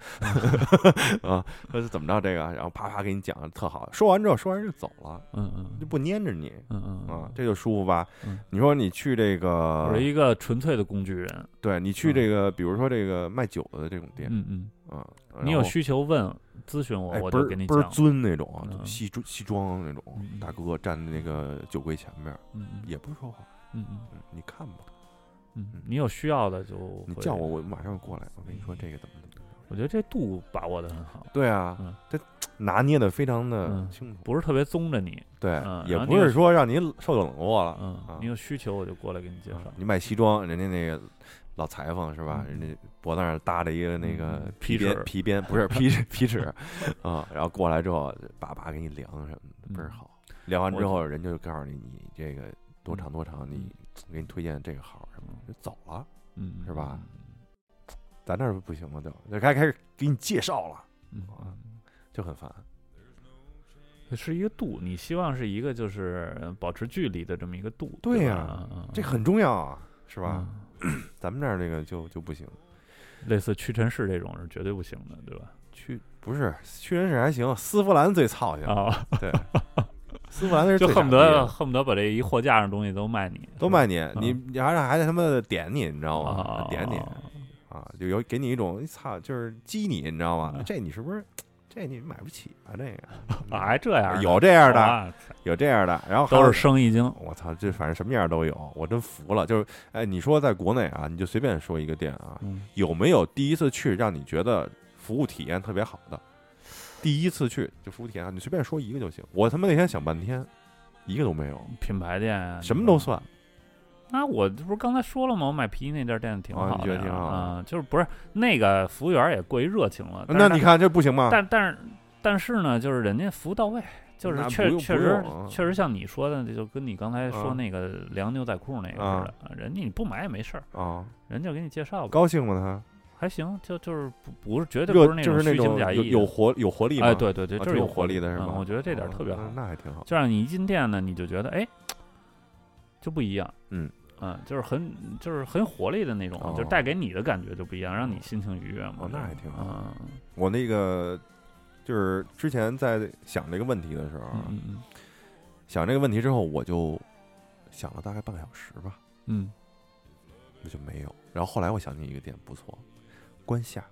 A: [laughs] 啊，他是怎么着这个？然后啪啪给你讲，特好。说完之后，说完就走了，
B: 嗯嗯
A: 就不粘着你
B: 嗯嗯
A: 啊，
B: 嗯，
A: 这就舒服吧
B: 嗯？
A: 你说你去这
B: 我
A: 个
B: 是，一个纯粹的工具人，
A: 对你去这个，比如说这个卖酒的这种店
B: 嗯嗯，
A: 啊，
B: 你有
A: 然后
B: 需求问咨询我
A: 哎，，
B: 我
A: 倍
B: 就
A: 儿
B: 给你
A: 倍儿
B: 讲，
A: 尊那种啊，
B: 嗯
A: 就西装西装那种
B: 嗯嗯
A: 大哥站在那个酒柜前面，
B: 嗯嗯
A: 也不说话，
B: 嗯嗯
A: 嗯，你看吧，
B: 嗯，你有需要的就
A: 你
B: 会啊嗯
A: 叫我，，我马上过来。我跟你说这个怎么怎么样。
B: 我觉得这度把握的很好，
A: 对啊
B: 嗯，
A: 这拿捏的非常的
B: 嗯
A: 清楚，
B: 不是特别宗着你，
A: 对
B: 嗯，
A: 也
B: 然后
A: 不
B: 那
A: 是
B: 个
A: 说让您受冷落了。
B: 嗯
A: 啊，
B: 你有需求我就过来给你介
A: 啊
B: 绍，
A: 你买西装，人家那个老裁缝是吧？
B: 嗯
A: 人家脖子上搭着一个那个
B: 嗯
A: 皮
B: 皮
A: 鞭
B: 尺，
A: 皮鞭不是皮 [laughs] 尺皮尺啊，然后过来之后，叭叭给你量什么的，
B: 嗯
A: 倍儿好。量完之
B: 我
A: 后，人家就告诉你你这个多长多长，你给你推荐这个好什么的，就走了。
B: 嗯，
A: 是吧？咱这儿不行了，就就开开始给你介绍了，
B: 嗯，
A: 啊就很烦。
B: 是一个度，你希望是一个就是保持距离的这么一个度，
A: 对
B: 对
A: 呀
B: 吧嗯嗯
A: 这很重要啊，是吧？
B: 嗯
A: 咱们这儿这个就就不行，
B: 类似屈臣氏这种是绝对不行的，对吧？
A: 去不是屈臣氏还行，丝芙兰最操心，
B: 啊，
A: 对， [laughs] 丝芙兰那是
B: 就
A: 最傻
B: 恨不
A: 逼
B: 得
A: 的
B: 恨不得把这一货架上东西都卖你，
A: 都卖你，你你还还得他妈的点你，你知道
B: 啊嗯啊
A: 吗？
B: 啊
A: 点你
B: 啊
A: 啊，就有给你一种操，就是激你，你知道吗
B: 啊？
A: 这你是不是？这你买不起啊？这个
B: 啊还这样呢
A: 有这样的，
B: 哇塞
A: 有这样的，然后还有
B: 都是生意经，
A: 我操，这反正什么样都有，我真服了。就是，哎，你说在国内啊，你就随便说一个店啊，
B: 嗯，
A: 有没有第一次去让你觉得服务体验特别好的？第一次去就福田啊，你随便说一个就行。我他妈那天想半天，一个都没有，
B: 品牌店啊，
A: 什么都算。
B: 那我这不是刚才说了吗？我买皮衣那家店挺好
A: 啊
B: 的呀，
A: 你觉得挺好的
B: 啊就是不是那个服务员也过于热情了。嗯但
A: 那
B: 是
A: 你看这不行吗？
B: 但但是但是呢，就是人家服务到位，就是
A: 那
B: 确
A: 不用
B: 确
A: 不
B: 实
A: 用啊
B: 确实像你说的，就跟你刚才说
A: 啊
B: 那个量牛仔裤那个似的，人家你不买也没事儿，
A: 啊，
B: 人家就给你介绍吧，
A: 高兴吗
B: 还行，就就是不不是绝
A: 他？
B: 对不
A: 热
B: 是那
A: 就
B: 种
A: 是那
B: 虚情
A: 种
B: 假
A: 有
B: 意的，
A: 有活有活力吗？
B: 哎，对对对，
A: 啊，
B: 就
A: 挺
B: 是
A: 有
B: 有
A: 活力的是
B: 嗯
A: 吧？
B: 我觉得这点儿特别
A: 哦
B: 好，
A: 那还挺好。
B: 就让你一进店呢，你就觉得哎，就不一样，
A: 嗯。
B: 嗯，就是很就是很活力的那种，
A: 哦
B: 就是带给你的感觉就不一样，让你心情愉悦嘛。
A: 哦那还挺好
B: 嗯
A: 我那个就是之前在想这个问题的时候，啊
B: 嗯嗯
A: 想这个问题之后，我就想了大概半个小时吧，
B: 嗯，
A: 我就没有。然后后来我想起一个店不错，关夏。
B: 嗯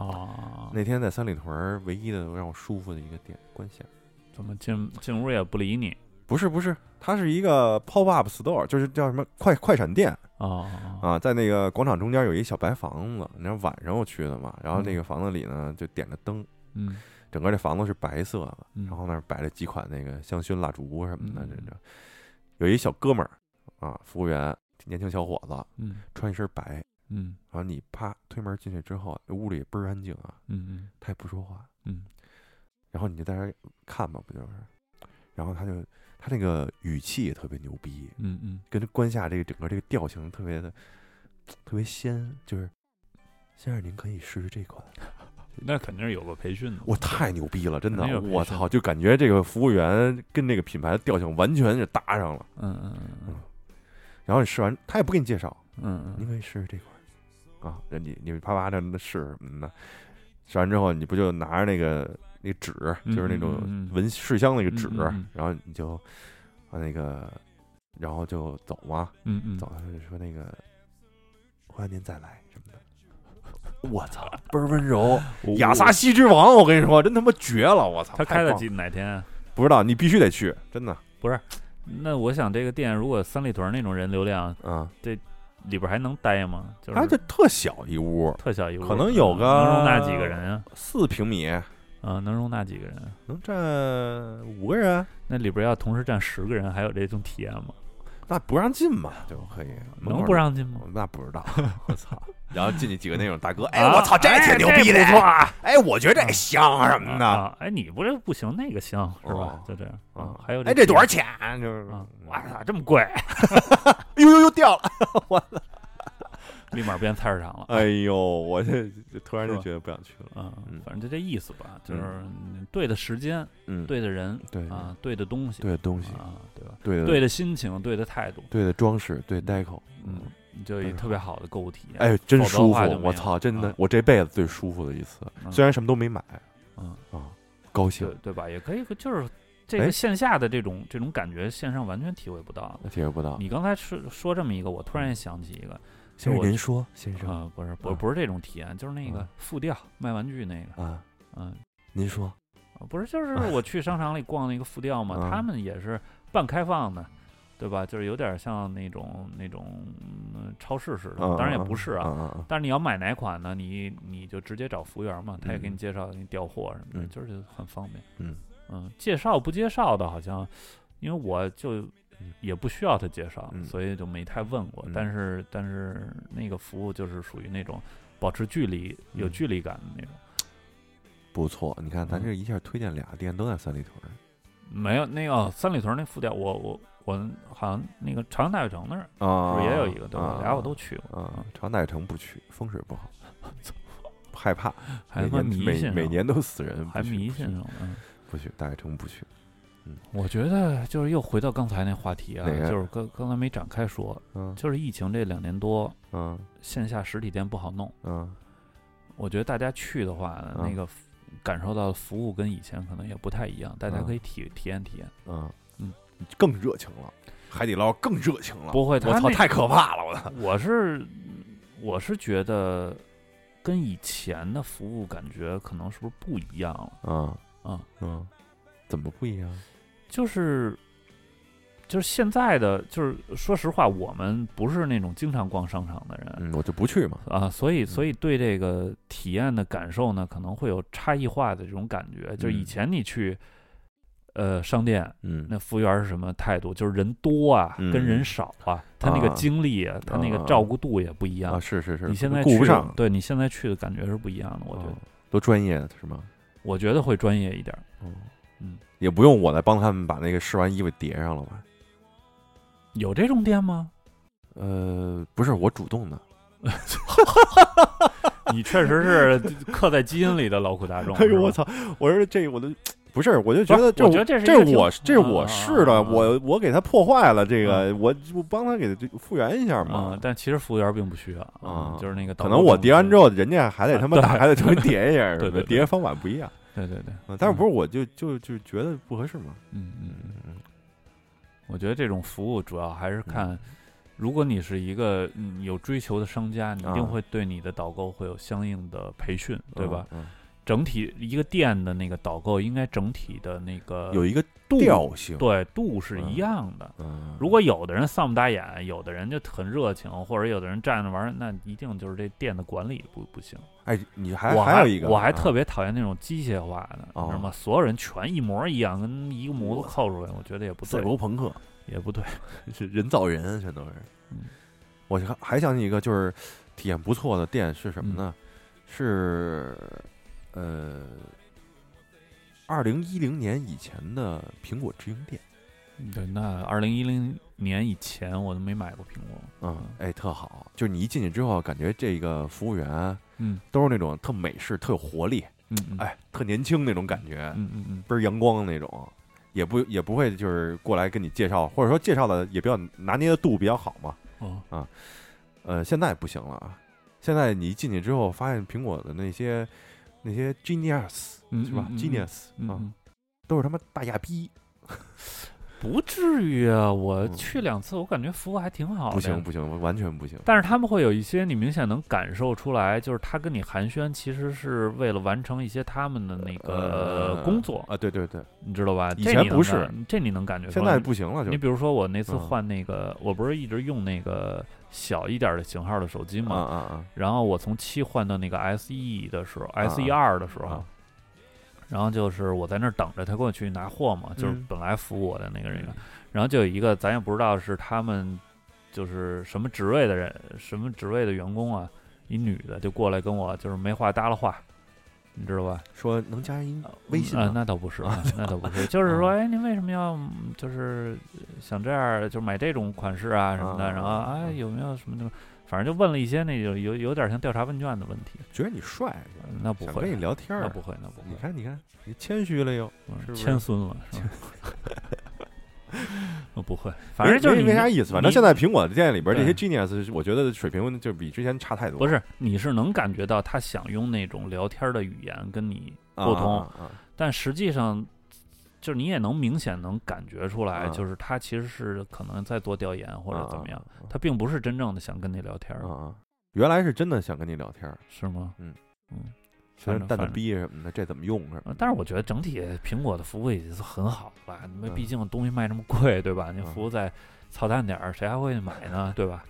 B: 哦，
A: 那天在三里屯儿唯一的让我舒服的一个店，关夏。
B: 怎么进进屋也不理你
A: 不是不是，它是一个 pop up store，就是叫什么快快闪店
B: 哦，
A: 啊，在那个广场中间有一小白房子。你知道晚上我去的嘛，然后那个房子里呢就点着灯，
B: 嗯
A: 整个这房子是白色的，
B: 嗯
A: 然后那儿摆了几款那个香薰蜡烛什么的，
B: 嗯
A: 这这。有一小哥们儿啊，服务员，年轻小伙子，
B: 嗯
A: 穿一身白，
B: 嗯
A: 然后你啪推门进去之后，这屋里倍儿安静啊，
B: 嗯
A: 他也不说话，
B: 嗯，
A: 然后你就在这儿看吧，不就是？然后他就他那个语气也特别牛逼，
B: 嗯嗯
A: 跟这关下这个整个这个调性特别的特别仙，就是先生您可以试试这款，
B: 嗯，那肯定是有个培训的。
A: 我太牛逼了，真的
B: 肯定，有
A: 我
B: 培训
A: 操，就感觉这个服务员跟这个品牌的调性完全就搭上了。
B: 嗯嗯嗯
A: 然后你试完，他也不给你介绍，
B: 嗯
A: 您
B: 嗯
A: 可以试试这款啊，那你你啪啪的那试什么的，试完之后你不就拿着那个那个纸，
B: 嗯
A: 就是那
B: 嗯嗯
A: 种
B: 嗯
A: 闻试香那个纸，
B: 嗯嗯嗯
A: 然后你就啊那个，然后就走嘛，
B: 嗯嗯，
A: 走他就说那个，欢迎您再来什么的。
B: 哦
A: 我操，倍儿温柔，
B: 我
A: 雅萨西之王，我跟你说，真他妈绝了！我操，
B: 他开
A: 太
B: 了
A: 棒
B: 几哪天啊？
A: 了？不知道，你必须得去，真的
B: 那我想这个店如果三里屯那种人流量
A: 啊！
B: 里边还能待吗？就
A: 它就是特小一屋，
B: 特小一屋，嗯
A: 可能有个
B: 能容纳几个人啊？
A: 四平米，
B: 啊，能容纳几个人啊？
A: 能站五个人，
B: 那里边要同时站十个人，还有这种体验吗？
A: 那不让进嘛，
B: 哎
A: 就可以。门
B: 能
A: 口
B: 不？让进吗？
A: 那不知道，我操！然后进去几个那种大哥，哎，
B: 啊
A: 我操，这挺牛逼的，
B: 哎这不错啊！
A: 哎，我觉得这香啊什么
B: 啊
A: 的，
B: 啊哎，你不是不行，那个行是吧
A: 哦？
B: 就这样嗯
A: 啊
B: 还有
A: 哎，这多嗯少
B: 钱
A: 钱？就是
B: 啊？
A: 哇
B: 哇，操，这么贵！ [laughs]
A: 哎呦呦呦，掉了！
B: 立马变菜市场了。
A: 哎呦，我这这突然
B: 是
A: 就
B: 吧
A: 觉得不想去了。
B: 嗯
A: 嗯，
B: 反正就这意思吧，就是对的时间、
A: 嗯，
B: 对的人
A: 对
B: 啊、对的东西
A: 对的东西，
B: 啊，对吧？
A: 对的
B: 对的心情、对的态度，
A: 对的装饰，对 deco，
B: 嗯，你就有一特别好的购物体验。
A: 哎，真
B: 否则的
A: 舒服
B: 话就！没
A: 我
B: 有
A: 操，真的
B: 啊，
A: 我这辈子最舒服的一次，
B: 嗯
A: 虽然什么都没买
B: 嗯，
A: 啊，高兴
B: 对对吧？也可以，就是这
A: 哎
B: 个线下的这种这种感觉，线上完全体会不到。
A: 体会不到。
B: 你刚才说说这么一个，我突然想起一个，
A: 先生
B: 我
A: 您嗯说，先生
B: 啊，不是不是
A: 啊
B: 不是这种体验，就是那个
A: 啊
B: 复调卖玩具那
A: [laughs]
B: 个，
A: 啊，
B: 嗯，
A: 您说
B: 啊不是，就是
A: 啊
B: 我去商场里逛那个复调嘛，
A: 啊
B: 他们也是半开放的，对吧？就是有点像那种那种、嗯超市似的，
A: 啊
B: 当然也不是
A: 啊
B: 啊。
A: 啊啊！
B: 但是你要买哪款呢？你你就直接找服务员嘛，他也给
A: 嗯
B: 你介绍，给你调货什么的，
A: 嗯
B: 就是很方便。
A: 嗯
B: 嗯，介绍不介绍的，好像因为我就
A: 嗯
B: 也不需要他介绍，
A: 嗯
B: 所以就没太问过。
A: 嗯
B: 但是但是那个服务就是属于那种保持距离、有
A: 嗯
B: 距离感的那种。
A: 不错，你看咱
B: 嗯
A: 这一下推荐俩店都在三里屯儿，
B: 没有那个、哦三里屯那副店，我我我好像那个朝阳大悦城那儿是
A: 啊
B: 不是也有一个？对吧？
A: 啊
B: 俩我都去过，
A: 啊，朝代城不去，风水不好， [laughs] 害怕，
B: 还
A: 每
B: 他妈
A: 年
B: 迷
A: 每
B: 信
A: 每
B: 上
A: 年都死人，
B: 还
A: 不去
B: 迷
A: 不去
B: 信上了。嗯
A: 不去，大悦城不去，
B: 我觉得就是又回到刚才那话题啊，
A: 哪个
B: 就是刚刚才没展开说，
A: 嗯
B: 就是疫情这两年多，
A: 嗯
B: 线下实体店不好弄。
A: 嗯，
B: 我觉得大家去的话，
A: 嗯
B: 那个服感受到的服务跟以前可能也不太一样，大家
A: 嗯
B: 可以体体验体验，
A: 嗯
B: 嗯，
A: 更热情了，海底捞更热情了，
B: 不会。
A: 我
B: 他
A: 操，
B: 那
A: 太可怕了，我操，
B: 我是我是觉得跟以前的服务感觉可能是不是不一样了？
A: 嗯
B: 啊
A: 嗯，怎么不一样？
B: 就是就是现在的，就是说实话，我们不是那种经常逛商场的人
A: 嗯，我就不去嘛。
B: 啊，所
A: 嗯
B: 以所以对这个体验的感受呢，可能会有差异化的这种感觉。就是以
A: 嗯
B: 前你去，呃，商店，
A: 嗯
B: 那服务员是什么态度？就是人多啊，
A: 嗯
B: 跟人少啊，他那个
A: 啊
B: 精力啊，他那个
A: 啊
B: 照顾度也不一样。
A: 啊，是是是，
B: 你现在
A: 顾
B: 去
A: 不上，
B: 对你现在去的感觉是不一样的。我觉得，
A: 嗯都专业的是吗？
B: 我觉得会专业一点儿，
A: 嗯
B: 嗯，
A: 也不用我来帮他们把那个试完衣服叠上了吧？
B: 有这种
A: [laughs]
B: 店吗？
A: 呃，不是我主动的，
B: 你确实是刻在基因里的劳苦大众。
A: [laughs] 哎呦
B: 是吧
A: 我！操！我说这我都不是，我就觉得
B: 不是
A: 这
B: 我觉得这是一
A: 这
B: 个挺
A: 我这我
B: 啊
A: 是的，
B: 啊嗯
A: 我我给他破坏了这个，我我帮他给这复原一下
B: 啊
A: 嘛。，
B: 但其实服务员并不需要嗯
A: 啊
B: 就是那个导
A: 可
B: 购
A: 能我叠完之
B: 公
A: 后，人家还得他妈
B: 啊对
A: 打开的重新叠一
B: [laughs]
A: 下，
B: 对对对
A: 叠的方法不一样。
B: 司，对对对，
A: 啊但是不是我就就就觉得不合适嘛？
B: 嗯嗯嗯，
A: 嗯
B: 我觉得这种服务主要还是看，如果你是一个嗯有追求的商家，你一定
A: 啊
B: 会对你的导购会有相应的培训，对吧？？
A: 嗯
B: 整体一个店的那个导购应该整体的那个
A: 嗯有一个
B: 度，
A: 调性，
B: 呃对度是一
A: 嗯
B: 样的。
A: 嗯，
B: 如果有的人丧不打眼，有的人就很热情，或者有的人站着玩儿，那一定就是这店的管理不不行。
A: 哎，你还
B: 我
A: 还有一个，啊
B: 我还特
A: 别
B: 别讨厌那种机械化的，
A: 哦
B: 你知道吗？所有人全一模一样，跟一个模子扣出来，我觉得也不
A: 赛
B: 对，
A: 博朋克，
B: 也不对。
A: 是人造人，啊全都是
B: 嗯。
A: 我还还想起一个，就是体验不错的店是什么
B: 嗯
A: 呢？是呃，二零一零年以前的苹果直营店嗯
B: 对，那二零一零年以前我都没买过苹果。
A: 嗯，哎，特好。就是你一进去之后，感觉这个服务员
B: 嗯
A: 都是那种特美式、特有活力，
B: 嗯嗯，，
A: 哎，特年轻那种感觉，
B: 嗯嗯嗯，
A: 倍儿阳光那种。也不也不会就是过来跟你介绍，或者说介绍的也比较拿捏的度比较好嘛。
B: 哦，
A: 呃，现在不行了啊！现在你一进去之后，发现苹果的那些那些 genius
B: 嗯
A: 是吧、
B: 嗯嗯
A: g e n i u s
B: 嗯
A: 啊，
B: 嗯，
A: 都是他妈大亚逼，
B: 不至于啊！我
A: 嗯
B: 去两次，我感觉服务还挺好的。
A: 不行。不行，我完全不行。
B: 但是他们会有一些你明显能感受出来，就是他跟你寒暄，其实是为了完成一些他们的那个
A: 呃
B: 工作，
A: 啊，对对对，
B: 你知道吧？
A: 以
B: 这
A: 前
B: 你能
A: 不是
B: 感，这你能感觉出
A: 现
B: 来。
A: 在不行了，就
B: 你比如说我那次
A: 嗯
B: 换那个，我不是一直用那个小一点的型号的手机
A: 啊
B: 嘛，
A: 啊啊，
B: 然后我从七换到那个 S E 的时候
A: 啊
B: ，S E 二的时候
A: 啊，
B: 然后就是我在那儿等着他给我去拿货嘛，就是
A: 嗯
B: 本来服务我的那个人员，然后就有一个咱也不知道是他们就是什么职位的人，什么职位的员工啊，一女的就过来跟我就是没话搭了话，你知道吧？
A: 说能加一微信
B: 啊、
A: 吗？啊
B: 那倒不
A: [laughs]
B: 是，那倒不是，就是说，哎，您为什么要嗯就是想这样，就是买这种款式啊什么的？
A: 啊
B: 然后，
A: 啊
B: 哎，有没有什么的？反正就问了一些那种有有点像调查问卷的问题。
A: 觉得你帅，
B: 那不
A: 想
B: 会
A: 跟你，聊天
B: 那
A: 儿
B: 不。会，那不
A: 你
B: 会，
A: 看，你看，你谦虚了又。是
B: 嗯
A: 不是
B: 谦孙了，是吧？ [laughs] 我不会，反正就是
A: 没
B: 你
A: 没啥意思。反正现
B: 在
A: 在苹果的店里边这些
B: 对
A: genius，我觉得水平就比之前差太多。
B: 不是，你是能感觉到他想用那种聊天的语言跟你
A: 啊
B: 沟通
A: 啊啊啊
B: 但实际上，就是你也能明显能感觉出来，
A: 嗯
B: 就是他其实是可能在做调研或者怎么样，
A: 啊啊
B: 他并不是真正的想跟你聊天儿，
A: 啊啊，原来是真的想跟你聊天儿，
B: 是吗？
A: 嗯
B: 嗯，
A: 虽
B: 反
A: 然
B: 正
A: 蛋蛋
B: 反正
A: 逼什么的，这怎么用是吧
B: 呃？但是我觉得整体苹果的服务也是很好的吧，你们
A: 嗯
B: 毕竟东西卖这么贵，对吧？你
A: 嗯
B: 服务再操蛋点儿，谁还会买呢？对吧？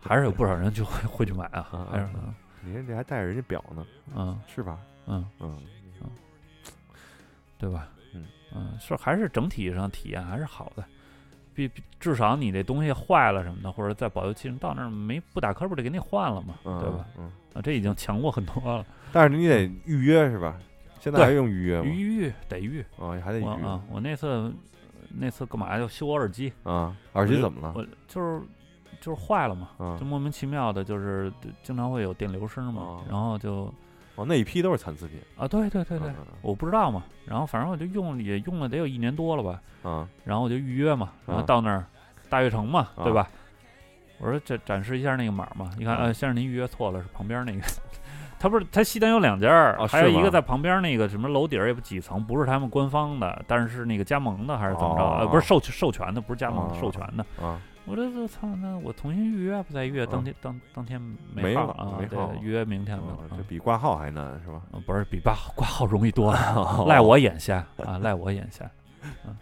B: 还是有不少人就会会去买
A: 嗯
B: 啊
A: 嗯，
B: 还是
A: 嗯你这还带着人家表呢，
B: 嗯
A: 是吧？
B: 嗯，
A: 嗯，
B: 对吧？
A: 嗯
B: 嗯，是还是整体上体验还是好的，比比至少你这东西坏了什么的，或者在保修期到那儿没不打磕不就给你换了嘛，
A: 嗯
B: 对吧？？
A: 嗯，
B: 啊，这已经强过很多了，
A: 但是你得预约是吧？现在
B: 对
A: 还用预约吗？
B: 预预得预。
A: 啊，还得预
B: 我
A: 约
B: 啊，我那次那次干嘛要修我耳机？
A: 啊。耳
B: 我
A: 机
B: 就
A: 怎么了？
B: 我就是就是坏了嘛，
A: 啊
B: 就，莫名其妙的，就是就经常会有电流声嘛
A: 哦，
B: 然后就
A: 哦，那一批都是残次品。
B: 啊，对对对对
A: 嗯，嗯
B: 我不知道嘛，然后反正我就用也用了得有一年多了吧，
A: 嗯啊，
B: 然后我就预约嘛，然后
A: 啊
B: 到那儿大悦城嘛，
A: 啊
B: 对吧？我说展展示一下那个码嘛，一看，
A: 啊
B: 呃，先生您预约错了，是旁边那个。 [laughs] 他不是，他西单有两家儿，
A: 啊
B: 还有
A: 是吗
B: 一个在旁边那个什么楼顶儿也不几层，不是他们官方的，但是那个加盟的还是怎么着？
A: 哦
B: 呃，不是授授权的，不是加盟的，
A: 哦
B: 授权的。
A: 啊，
B: 我这这操，那我重新预约不再预约，当天当当天
A: 没
B: 号
A: 了
B: 啊，
A: 没
B: 对
A: 号，
B: 预约明天吧。
A: 嗯
B: 啊
A: 这比挂号还难
B: [laughs]
A: 是吧？
B: 啊不是
A: [laughs] 哦
B: 比挂挂号容易多了，赖我眼瞎啊，赖我眼瞎。嗯，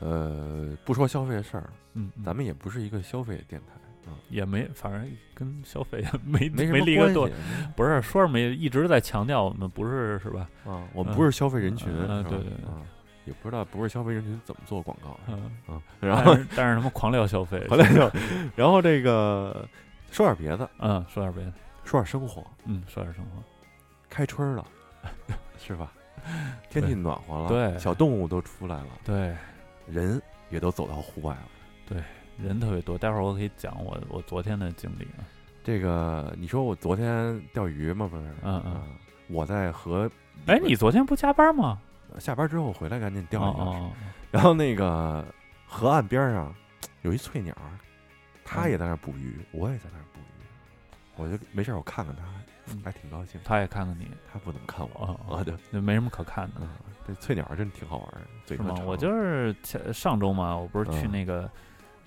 A: 呃，不说消费的事儿，
B: 嗯，嗯
A: 咱们也不是一个消费电台啊，
B: 也没，反正跟消费也没
A: 没什
B: 没
A: 么
B: 离个
A: 关
B: [laughs] 多，
A: 系啊嗯
B: 不是说是没，一直在强调我们不是是吧？
A: 啊，我们
B: 嗯
A: 不是消费人群，
B: 嗯嗯
A: 是吧
B: 对对对
A: 啊，也不知道不是消费人群怎么做广
B: [laughs]
A: 告
B: 嗯，
A: 啊，然
B: 但
A: 后
B: 是但是他们狂聊消费，
A: [laughs] 回来就，然后这个说点别的，
B: 嗯，说点别的，
A: 说点生活，
B: 嗯，说点生活，
A: 开春儿了， [laughs] 是吧？天气暖和了，
B: 对
A: 小动物都出来了，
B: 对，
A: 人也都走到户外了。
B: 人特别多，待会儿我可以讲我我昨天的经历啊，
A: 这个，你说我昨天钓鱼嘛，不是？
B: 嗯嗯
A: 啊，我在河，
B: 哎，你昨天不加班吗？
A: 下班之后回来赶紧钓
B: 哦
A: 一
B: 哦
A: 条，
B: 哦
A: 然后那个河岸边上有一翠鸟，它
B: 嗯
A: 也在那儿捕鱼，我也在那儿捕鱼，我就没事儿我看看它
B: 嗯，
A: 还挺高兴。
B: 他也看看你，
A: 它不怎么看我
B: 哦，哦
A: 啊，对，
B: 那没什么可看的，
A: 嗯，这翠鸟真挺好玩儿，嘴
B: 是
A: 特
B: 吗？
A: 长
B: 我就是前上周嘛，我不是去
A: 嗯
B: 那个，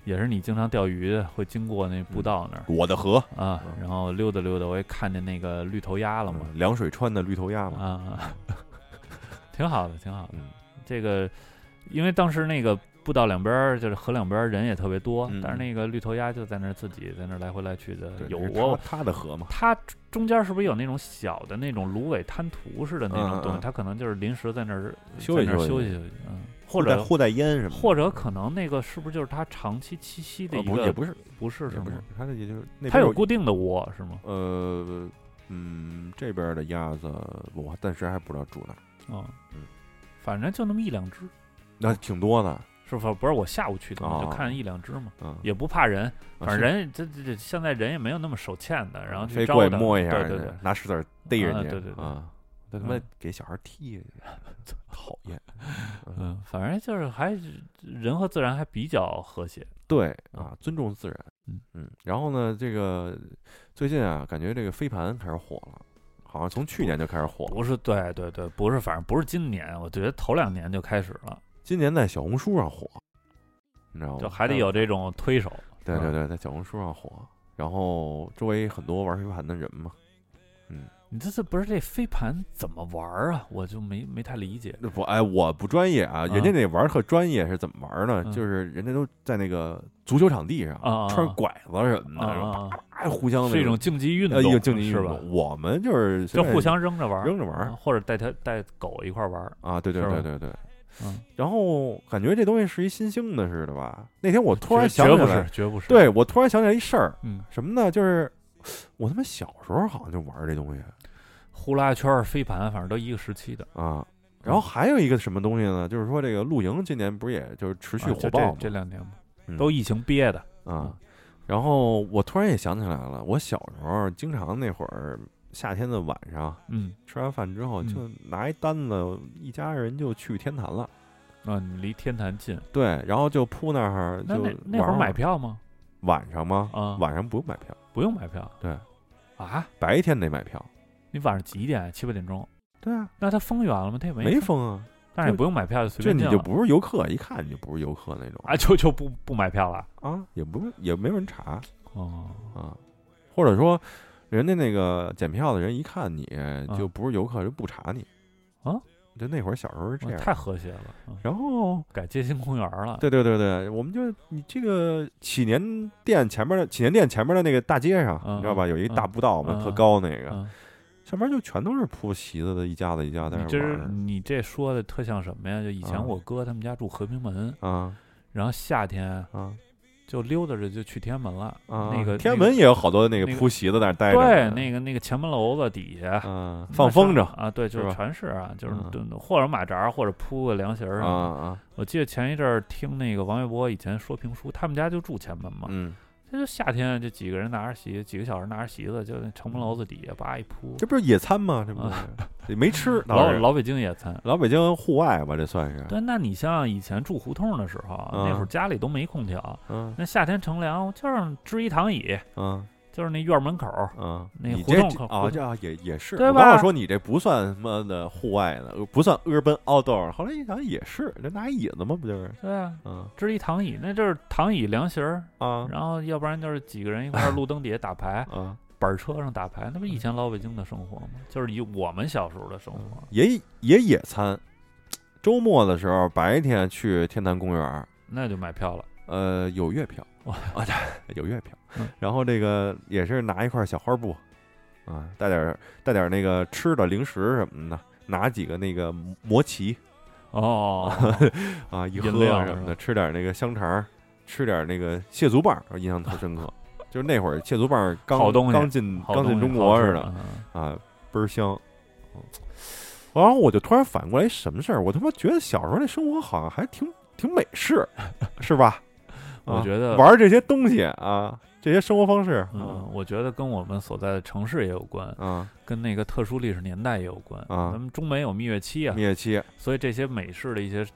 B: 也是你经常钓鱼会经过那步道那儿、
A: 我的河，
B: 啊
A: 嗯，
B: 然后溜达溜达，我也看见那个绿头鸭了嘛，
A: 嗯凉水川的绿头鸭嘛，
B: 啊， [laughs] 挺好的，挺好的。
A: 嗯
B: 这个因为当时那个步道两边儿就是河两边儿人也特别多，
A: 嗯
B: 但是那个绿头鸭就在那儿自己在那儿来回来去的
A: 对，
B: 游。
A: 那是
B: 我
A: 他他的河嘛，
B: 它中间是不是有那种小的那种芦苇滩涂似的那
A: 嗯
B: 种
A: 嗯
B: 东西？
A: 嗯
B: 它可能就是临时在那儿
A: 休
B: 在
A: 息
B: 那儿
A: 休息
B: 休息休息，嗯，或者
A: 护带烟什么的，
B: 或者可能那个是不是就是它长期栖息的
A: 呃
B: 一
A: 不
B: 个？
A: 是也不是，
B: 不是是
A: 也不是
B: 吗？，
A: 他的也就是那
B: 它
A: 边
B: 有固定的窝是吗？
A: 呃嗯这边的鸭子，我暂时还不知道住哪儿，
B: 啊，
A: 嗯
B: 反正就那么一两只，
A: 那挺多的，
B: 是不是？不是我下午去的嘛，
A: 哦
B: 就看一两只嘛，
A: 嗯，
B: 也不怕人，
A: 啊
B: 反正
A: 是
B: 人这这这现在人也没有那么手欠的，然后去
A: 非
B: 招
A: 过去 [laughs]
B: 它
A: 摸一下
B: 对对
A: 人
B: 对
A: 家，，拿石子儿逮人
B: 啊
A: 家，
B: 对对对
A: 啊，他他妈
B: 嗯
A: 给小孩踢人家，讨厌，嗯，
B: 嗯，反正就是还是人和自然还比较和谐，
A: 对啊，尊重自然，
B: 嗯
A: 嗯，然后呢，这个最近啊，感觉这个飞盘开始火了，好像从去年就开始火了，
B: 不是？对对对，不是，反正不是今年，我觉得头两年就开始了，
A: 今年在小红书上火，你知道吗？
B: 就还得有这种推手，
A: 哦对对
B: 是吧，
A: 对，在小红书上火，然后周围很多玩飞盘的人嘛，
B: 你这次不是这飞盘怎么玩儿啊？我就没没太理解，
A: 不，哎，我不专业啊，人家那玩儿特专业是怎么玩儿呢？
B: 嗯
A: 就是人家都在那个足球场地上、
B: 啊啊啊
A: 穿拐子什么的，然后
B: 啊，
A: 啪互相那
B: 是一种竞技运
A: 呃
B: 动，
A: 一个竞技运
B: 是
A: 动
B: 吧？
A: 我们就是随
B: 就
A: 便
B: 互相扔着玩儿，
A: 扔着玩儿
B: 啊或者带它带狗一块儿玩儿，
A: 啊，对对
B: 是吧
A: 对对对。
B: 嗯，
A: 然后感觉这东西是一新兴的似的吧？那天我突然
B: 啊
A: 想
B: 绝绝
A: 起
B: 不
A: 来
B: 是，，绝不是，，
A: 对我突然想起来一事儿，
B: 嗯，
A: 什么呢？就是我他妈小时候好像就玩儿这东西
B: 呼啦圈儿、飞盘，反正都一个时期的。
A: 啊。然
B: 嗯
A: 后还有一个什么东西呢？就是说这个露营今年不是也就是持续
B: 啊
A: 火
B: 就
A: 爆
B: 这嗯
A: 嘛
B: 这两年嘛
A: 嗯
B: 都疫情憋的，
A: 啊。然后我突然也想起来了，我小时候经常那会儿夏天的晚上
B: 嗯，
A: 吃完饭之后，
B: 嗯
A: 就拿一单子，一家人就去天坛了。
B: 啊，你离天坛近，
A: 对，然后就铺那儿
B: 那
A: 就
B: 那那会儿
A: 玩
B: 买票吗？
A: 晚上吗？
B: 啊
A: 晚上不用买票，
B: 不用买票，
A: 对
B: 啊，
A: 白天得买票。
B: 你晚上几点？啊七八点钟？
A: 对啊，
B: 那它封园了吗？它也没
A: 没
B: 封，
A: 封啊，
B: 但是也
A: 就
B: 不用买票，就随
A: 就
B: 便
A: 你
B: 进
A: 就
B: 了
A: 不是游客，一看你就不是游客那种
B: 啊，就就不不买票了。
A: 啊，也不是也没有人查
B: 哦，
A: 啊，或者说人家那个检票的人一看你就不是游客，就不查你
B: 啊。
A: 就那会儿小时候是啊这
B: 哇
A: 样，
B: 太和谐了，嗯
A: 然后
B: 改街心公园了。
A: 对对对对，我们就你这个祈年殿前面的祈年殿前面的那个大街上，
B: 嗯
A: 你知道吧？有一大
B: 嗯
A: 步道嘛，
B: 嗯
A: 特
B: 嗯
A: 高那个，
B: 嗯，
A: 上面就全都是铺席子的，一家子一啊家在
B: 你
A: 那
B: 这
A: 儿
B: 是
A: 玩儿
B: 你这说的特像什么呀？就以前
A: 嗯
B: 我哥他们家住和平门，
A: 啊
B: 然后夏天
A: 啊
B: 就溜达着就去天安门了。
A: 啊！
B: 那个
A: 天安
B: 那个
A: 门也有好多那
B: 那
A: 个
B: 个
A: 铺席子在那儿待着
B: 对
A: 的，，
B: 那个那个前门楼子底下，
A: 嗯
B: 那
A: 放风筝
B: 上啊，对，就是是
A: 吧
B: 全是啊，就是
A: 嗯
B: 蹲或者马扎，或者铺个凉席儿
A: 啊
B: 什么的。
A: 啊，
B: 我记得前一阵儿听那个王玥波以前说评书，他们家就住前门嘛，
A: 嗯，
B: 这就夏天就几个人拿着席，几个小时拿着席子，就那城门楼子底下叭一铺
A: 这，不啊是野餐吗？这不是没
B: [laughs]
A: 吃，当
B: 啊老
A: 时
B: 老北京野餐。
A: 老北京户外吧，这算是，
B: 对，那你像以前住胡同的时候，啊那会儿
A: 嗯
B: 家里都没空调，
A: 嗯
B: 那夏天乘凉就是支一躺椅，
A: 嗯
B: 就是那院门口儿，
A: 嗯，
B: 那
A: 你
B: 胡
A: 这
B: 同口
A: 啊，
B: 胡
A: 这啊也也是，
B: 对
A: 我刚
B: 吧
A: 要说你这不算什么的户外的，呃不算 urban outdoor，后来一想也是，这拿椅子嘛，不就是，
B: 对啊，
A: 嗯
B: 支一躺椅，那就是躺椅凉席儿，
A: 啊
B: 然后要不然就是几个人一块儿路灯底下打
A: [laughs]
B: 牌，
A: 啊，
B: 板儿车上打牌，那不以
A: 嗯
B: 前老北京的生活吗？就是以我们小时候的生活。
A: 也也野餐，周末的时候白天去天坛公园，
B: 那就买票了。
A: 呃，有月票
B: 哇
A: 啊，对，有月票
B: 嗯。
A: 然后这个也是拿一块小花布啊，带点儿带点儿那个吃的零食什么的，拿几个那个魔奇
B: 哦，
A: 啊，一
B: 饮
A: 喝
B: 料
A: 啊
B: 是
A: 什么
B: 吧
A: 的，吃点儿那个香肠儿，吃点儿那个蟹足棒儿，我印象特深
B: [laughs]
A: 刻。就是那会儿蟹足棒儿刚
B: 好东西
A: 刚进
B: 好
A: 刚进
B: 东西
A: 中国
B: 好
A: 似
B: 吃
A: 的，
B: 嗯
A: 啊，倍儿香。嗯然后我就突然反过来一什么事儿，我他妈觉得小时候那生活好像还挺挺美式，
B: [laughs]
A: 是吧？
B: 我
A: 啊
B: 觉得
A: 玩儿这些东西啊，这些生活方式
B: 嗯，我觉得跟我们所在的城市也有关，
A: 啊
B: 跟那个特殊历史年代也有关。
A: 啊
B: 咱们中美有蜜月期
A: 啊，
B: 啊，
A: 蜜月期
B: 所以这些美式的一些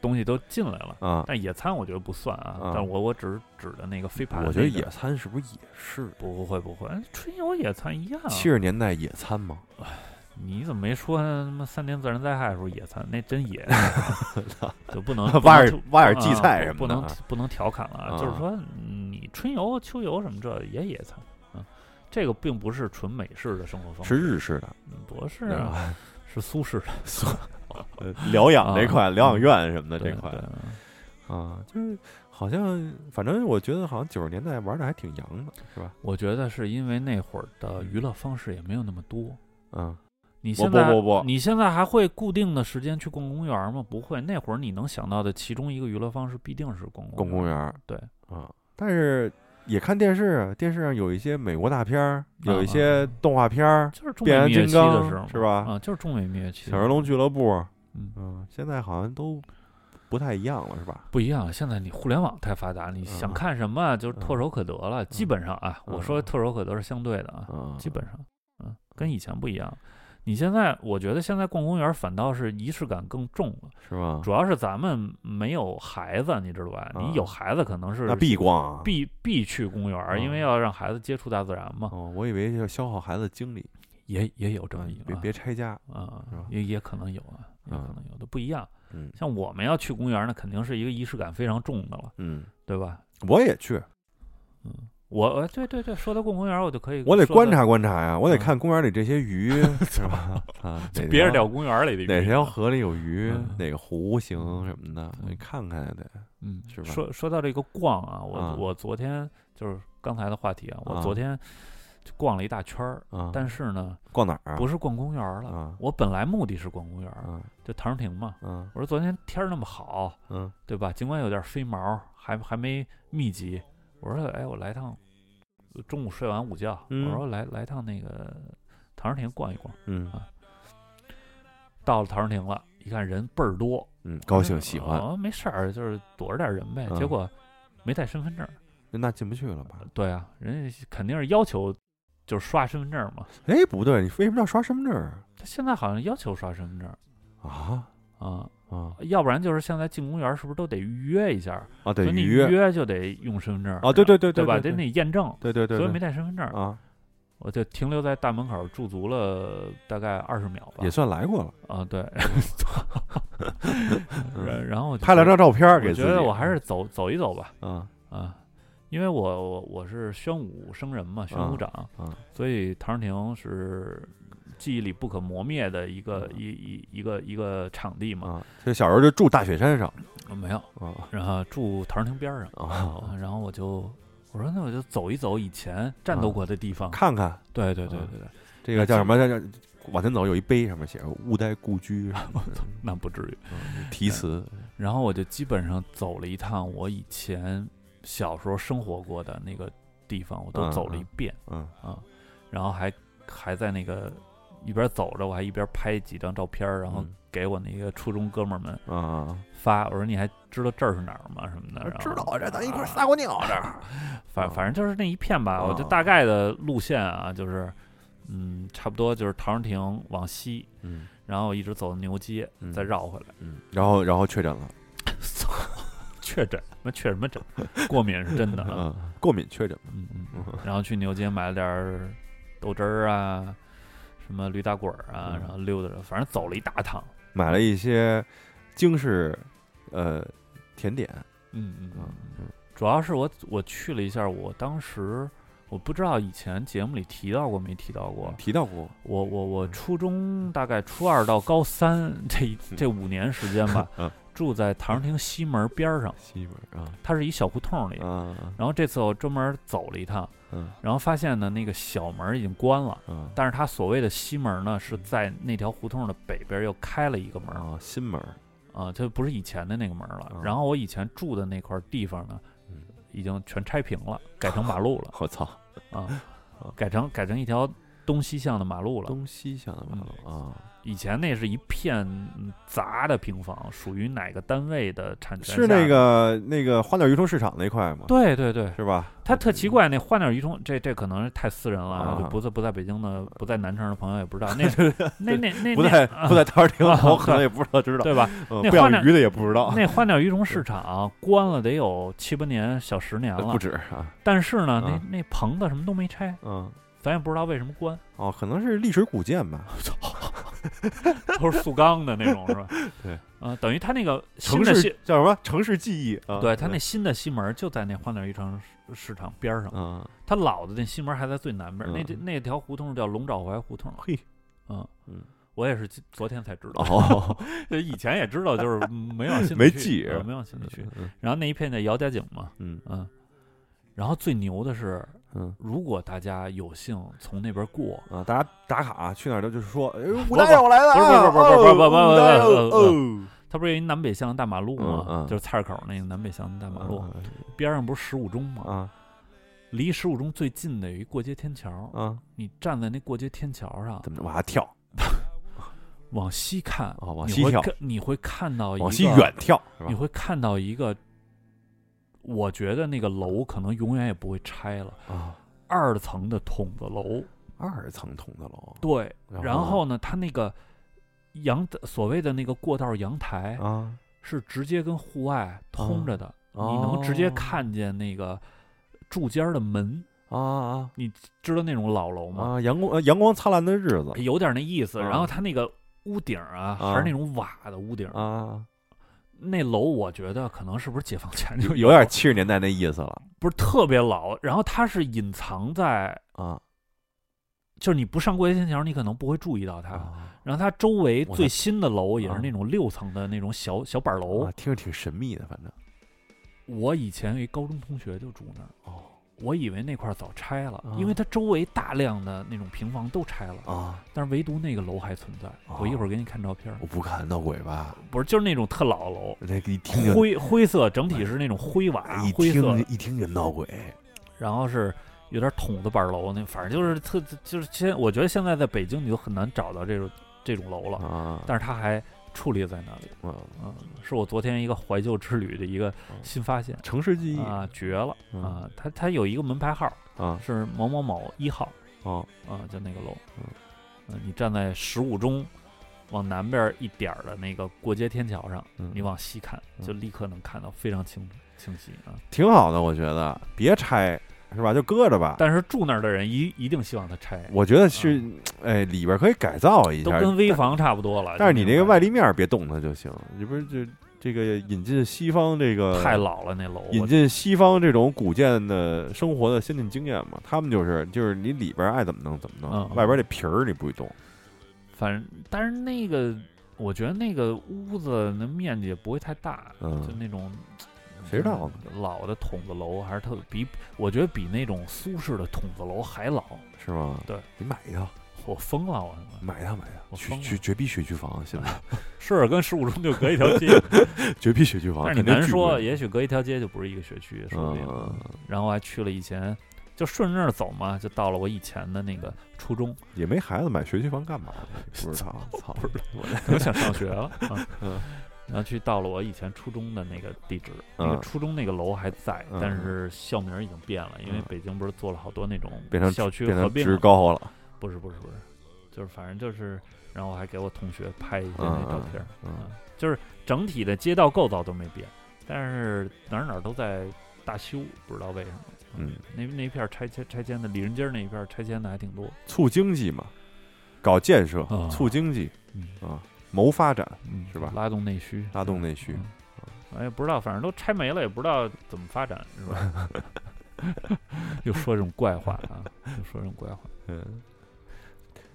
B: 东西都进来了。
A: 啊，
B: 但野餐我觉得不算啊，
A: 啊
B: 但我我只是指的那个飞盘那个、
A: 我觉得野餐是不是也是
B: 不会不会，春游野餐一样啊。
A: 七十年代野餐吗？
B: 你怎么没说他妈三年自然灾害的时候野餐？那真
A: [laughs]
B: 野，就不能
A: 挖
B: 啊不能
A: 点挖点荠
B: 啊
A: 菜什么
B: 不
A: 的
B: 能
A: 啊
B: 不能调侃了啊。就是
A: 啊
B: 说，嗯你春游、秋游什么这也野餐，嗯，这个并不是纯美式的生活方
A: 是
B: 式，
A: 日式的，
B: 嗯不是
A: 对
B: 啊，
A: 吧？
B: 是
A: [laughs]
B: 苏式的
A: 呃疗养这
B: 啊
A: 块，疗养院什么的
B: 对
A: 这块
B: 对嗯
A: 啊，就是好像，反正我觉得好像九十年代玩的还挺洋的，是吧？
B: 我觉得是因为那会儿的娱乐方式也没有那么多。
A: 嗯，
B: 你
A: 不
B: 现在
A: 不不
B: 你现在还会固定的时间去逛公园吗？不会，那会儿你能想到的其中一个娱乐方式必定是逛
A: 逛公园儿，
B: 对
A: 啊，但是也看电视，啊，电视上有一些美国大片儿，有一些
B: 啊
A: 动画片儿，
B: 就是中
A: 变
B: 美
A: 形
B: 蜜月
A: 金
B: 期的
A: 刚
B: 时候嘛
A: 是吧
B: 啊，就是中美蜜月期的时
A: 小
B: 候。
A: 神龙俱乐部，
B: 嗯，
A: 嗯，现在好像都不太一样了，是吧？
B: 不一样。现在你互联网太发达，你想
A: 嗯
B: 看什么啊就是唾
A: 嗯
B: 手可得了。基本上啊，我说
A: 嗯
B: 唾手可得是相对的啊，
A: 嗯，
B: 基本上，嗯，跟以前不一样。你现在，我觉得现在逛公园反倒是仪式感更重了，
A: 是吧？
B: 主要是咱们没有孩子，你知道吧？你有
A: 嗯
B: 孩子可能是
A: 那必逛啊，
B: 必必去公园儿，因为
A: 嗯
B: 要让孩子接触大自然嘛，
A: 哦，我以为要消耗孩子精力，
B: 也也有这么
A: 嗯
B: 一个
A: 别
B: 啊
A: 别拆家，
B: 啊
A: 是吧，
B: 也也可能有啊，也
A: 嗯
B: 可能有的不一样。
A: 嗯
B: 像我们要去公园儿，那肯定是一个仪式感非常重的了，
A: 嗯，
B: 对吧？
A: 我也去，
B: 嗯，我呃对对对，说到逛公园儿，我就可以，
A: 我得观，察观察呀，我得
B: 嗯
A: 看公园里这些 [laughs] 鱼是吧？ [laughs] 啊，哪
B: 别人
A: 条
B: 聊公园儿里的
A: 哪
B: 鱼
A: 条河里有鱼
B: 嗯，
A: 哪个湖行什么的，
B: 嗯
A: 你看看呀得，
B: 嗯，
A: 是吧
B: 说说到这个逛啊，我、
A: 啊
B: 我昨天就是刚才的话题啊，我
A: 啊
B: 昨天就逛了一大圈儿，
A: 啊，
B: 但是呢，
A: 逛哪儿啊？
B: 不是逛公园儿了，
A: 啊
B: 我本来目的是逛公园儿，
A: 啊
B: 就唐人亭嘛。
A: 啊
B: 我说昨天天儿那么好，
A: 嗯
B: 对吧？尽管有点飞毛，还还没密集。我说，哎，我来趟，中午睡完午觉，
A: 嗯
B: 我说来来趟那个唐人亭逛一逛。
A: 嗯
B: 到了唐人亭了，一看人倍儿多，
A: 嗯，高兴喜欢，
B: 哦，没事儿，就是躲着点人呗。
A: 嗯
B: 结果没带身份证，
A: 那进不去了吧？
B: 对啊，人家肯定是要求就是刷身份证嘛。
A: 哎，不对，你为什么要刷身份证儿
B: 他现在好像要求刷身份证
A: 啊？
B: 啊、
A: 啊
B: 要不然就是现在进公园是不是都得预约一下？
A: 啊，得
B: 所以你
A: 预
B: 预
A: 约，
B: 约就得用身份证
A: 啊对对对对
B: 吧？
A: 对
B: 得
A: 对
B: 你验证，
A: 对对对，
B: 所以
A: 对
B: 没带身份证。
A: 啊，
B: 我就停留在大门口驻足了大概二十秒吧
A: 也，算来过了，[laughs]
B: 啊，对，然然后我就
A: 拍了
B: 觉
A: 张照片
B: 得
A: 儿给
B: 我
A: 自
B: 觉
A: 己。
B: 得我还是走走一走吧，
A: 啊
B: 啊，因为我我我是宣武生人嘛，宣武长，
A: 啊
B: 所以唐人亭是记忆里不可磨灭的一个、
A: 嗯
B: 一一一个一个场地嘛，
A: 啊，就小时候就住大雪山上
B: 没有，
A: 啊
B: 然后住唐人亭边儿上，
A: 啊，
B: [laughs] 啊然后我就我说那我就走一走以前战斗
A: 啊
B: 过的地方，
A: 看看
B: 对对对
A: 啊
B: 对对，
A: 这个叫什么叫叫。往前走有一碑，上面写着“勿待故
B: [laughs]
A: 居
B: 那不至于。”
A: 嗯题词
B: 然后我就基本上走了一趟我以前小时候生活过的那个地方，我都走了一遍
A: 嗯
B: 啊、然后还还在那个一边走着，我还一边拍几张照片儿，然后
A: 嗯
B: 给我那个初中哥们儿们
A: 啊啊，
B: 发，我说你还知道这儿是哪儿吗？什么的，然后啊
A: 过尿这儿
B: 反
A: 啊
B: [laughs] 反正就是那一片吧，
A: 啊
B: 我就大概的路线啊，就是嗯，差不多就是唐人亭往西，
A: 嗯，
B: 然后一直走牛街，
A: 嗯
B: 再绕回来。
A: 嗯，然后然后确诊了，
B: [laughs] 确诊？那确什么诊？过敏是真的啊。
A: 嗯，过敏确诊，
B: 嗯，嗯，然后去牛街买了点儿豆汁儿啊，什么驴打滚儿啊，
A: 嗯
B: 然后溜达着，反正走了一大趟。
A: 买了一些京式呃甜点，
B: 嗯嗯
A: 嗯
B: 主要是我我去了一下，我当时我不知道以前节目里提到过没提到过。
A: 提到过，，
B: 我 [laughs] 我我初中大概初二到高三这一这五年时间吧
A: 嗯
B: 住在唐人厅西门边儿上，
A: 西门啊
B: 它是一小胡同里。
A: 啊
B: 然后这次我专门走了一趟，
A: 嗯
B: 然后发现呢那个小门已经关了，
A: 啊
B: 但是它所谓的西门呢是在那条胡同的北边又开了一个门儿
A: 啊，新门
B: 啊，这不是以前的那个门儿了
A: 嗯。
B: 然后我以前住的那块地方呢
A: 嗯，
B: 已经全拆
A: [laughs]
B: 平了，改成马路了。
A: 我操，
B: 啊
A: 啊，
B: 改成改成一条东西向的马路了。
A: 东西向的马路
B: 嗯
A: 啊，
B: 以前那是一片嗯杂的平房，属于哪个单位的产权？
A: 是那。个那个花鸟鱼虫市场那块吗？
B: 对对对，
A: 是吧？
B: 它特奇怪，那花鸟鱼虫，这这可能是太私人了，
A: 啊
B: 就不在不在北京的，不在南城的朋友也不知道，那那那
A: [laughs]
B: 那
A: 不在
B: 那
A: 不在陶然亭，
B: 啊
A: 我可能也不知道知道，啊
B: 对吧？
A: 嗯
B: 那
A: 不
B: 花
A: 养
B: 鸟
A: 鱼的也不知道，
B: 那花鸟鱼虫市场关了得有七八年，小十年了
A: 不。止啊，
B: 但是呢，那
A: 啊
B: 那棚子什么都没拆，
A: 嗯。
B: 咱也不知道为什么关，
A: 哦，可能是历史古建吧，？
B: 都是塑钢的那种，是吧
A: [laughs] 对，
B: 啊，等于它那个新
A: 城
B: 的
A: 市
B: 西
A: 叫什么？城市记忆啊，
B: 对，它那新的西门儿就在那花鸟鱼城市市场边儿上，
A: 嗯，
B: 它老的那西门儿还在最南边儿，那
A: 嗯
B: 那那条胡同叫龙爪槐胡同。
A: 嘿，
B: 嗯
A: 嗯
B: 我也是今昨天才知道， [laughs]
A: 哦，
B: 以前也知道，就是没往心里
A: [laughs] 没
B: 去
A: 记
B: 呃没往心里去。
A: 嗯
B: 然后那一片叫姚家井嘛，
A: 嗯
B: 嗯，然后最牛的是，
A: 嗯
B: 如果大家有幸从那边过，
A: 啊，大家打卡去哪儿都就是说，哎，
B: 不
A: 武大友来了啊，
B: 不是不是不是不是不是
A: 哦
B: 不是不是
A: 哦，
B: 它不是有一南北向大马路吗？
A: 嗯嗯
B: 就是菜市口那个南北向大马路、
A: 嗯
B: 边上不是十五中吗？
A: 啊
B: 离十五中最近的有一过街天桥，
A: 啊，
B: 你站在那过街天桥上
A: 怎么着往下跳，
B: 往西看，
A: 哦往
B: 你
A: 西
B: 会
A: 跳
B: 看你会看到一个
A: 往西远跳是
B: 你
A: 吧？
B: 会看到一个，我觉得那个楼可能永远也不会拆了，
A: 啊，
B: 二层的筒子楼。
A: 二层筒的楼，
B: 对，
A: 然
B: 然后呢，它那个阳所谓的那个过道阳台
A: 啊，
B: 是直接跟户外通着的，
A: 哦
B: 你能直接看见那个柱间儿的门。
A: 啊啊
B: 知道那种老楼吗？
A: 啊，阳光呃阳光灿烂的日子
B: 有点那意思。
A: 啊
B: 然后它那个屋顶儿啊，
A: 啊
B: 还是那种瓦的屋顶儿， [laughs]
A: 啊，
B: 那楼我觉得可能是不是解放前就
A: 有有
B: 了
A: 点七十年代那意思了
B: 不是特别老，然后它是隐藏在，
A: 啊
B: 就是你不上过街天桥，你可能不会注意到它。
A: 啊，
B: 然后它周围
A: 我
B: 最
A: 的
B: 新的楼也
A: 啊
B: 是那种六层的那种小小板楼
A: 啊。听着挺神秘的，反正
B: 我以前有一高中同学就住那儿，
A: 哦
B: 我以为那块儿早拆了，
A: 啊
B: 因为它周围大量的那种平房都拆了，
A: 啊，
B: 但是唯独那个楼还存在。我一会儿给你看照片儿，
A: 我不敢闹鬼吧？
B: 不是就是那种特老楼，
A: 那一听就
B: 灰灰色，整体是那种灰瓦
A: 一
B: 灰色
A: 听，一听就闹鬼
B: 然后是有点筒子板楼那，反正就是特就是现，我觉得现在在北京你就很难找到这种这种楼了，
A: 啊！
B: 但是它还矗立在那里，
A: 嗯
B: 嗯，是我昨天一个怀旧之旅的一个新发现
A: 城市记忆
B: 啊，绝了
A: 哎嗯
B: 啊！它它有一个门牌号
A: 啊
B: 是某某某一号
A: 哦
B: 啊，就那个楼
A: 嗯，
B: 嗯，你站在十五中。往南边一点儿的那个过街天桥上，
A: 嗯
B: 你往西看，
A: 嗯
B: 就立刻能看到，非常清清晰啊！
A: 挺好的，我觉得别拆是吧？就搁着吧。
B: 但是住那儿的人一一定希望它拆，
A: 我觉得是，哎，里边可以改造一
B: 都
A: 下，
B: 跟危房差不多了。
A: 但是
B: 就
A: 你
B: 那
A: 那个
B: 种
A: 外立面别动它就行。你不是就这个引进西方这个
B: 太老了，那楼
A: 引进西方这种古建的生活的先进经验嘛？他们就是就是你里边爱怎么弄怎么弄，
B: 嗯
A: 外边这皮儿你不许动。
B: 反正但是那个我觉得那个屋子那面积也不会太大，
A: 嗯
B: 就那种嗯
A: 谁知道呢啊
B: 老的筒子楼还是特比，我觉得比那种苏式的筒子楼还老，
A: 是吗？
B: 对，
A: 你买一套，
B: 我疯了我他妈！
A: 买一套，买一套，
B: 我
A: 学
B: 疯了
A: 学绝逼学区房，现在 [laughs]
B: 是啊跟十五中就隔一条街，
A: 绝逼学区房，
B: 但是你
A: 啊肯定
B: 难
A: 巨
B: 说，
A: 贵
B: 也许隔一条街就不是一个学区，说不定。
A: 嗯，
B: 然后还去了以前。就顺着那儿走嘛，就到了我以前的那个初中，
A: 也没孩子买学区房干嘛？不知道，操，不知道，
B: 可能想上学了。
A: [laughs]
B: 啊
A: 嗯
B: 然后去到了我以前初中的那个地址，
A: 嗯
B: 那个初中那个楼还在，
A: 嗯
B: 但是校名已经变了，因为
A: 嗯
B: 北京不是做了好多那种
A: 变成
B: 校区
A: 变
B: 合
A: 成
B: 并
A: 职
B: 了，啊
A: 高了，
B: 不是不是不是，就是反正就是，然后我还给我同学拍一些那照片，
A: 嗯，
B: 就是整体的街道构造都没变，但是哪儿哪儿都在大修，不知道为什么。
A: 嗯，
B: 那那片儿拆迁拆迁的李仁街儿那一片儿拆迁的还挺多，
A: 促经济嘛，搞建设
B: 啊，
A: 促经济
B: 嗯
A: 啊，谋发展，
B: 嗯
A: 是吧
B: 拉动内需，
A: 拉动内需。
B: 嗯哎，不知道，反正都拆没了，也不知道怎么发展，是吧？ [laughs] 又说这种怪话啊，又说这种怪话。
A: 嗯，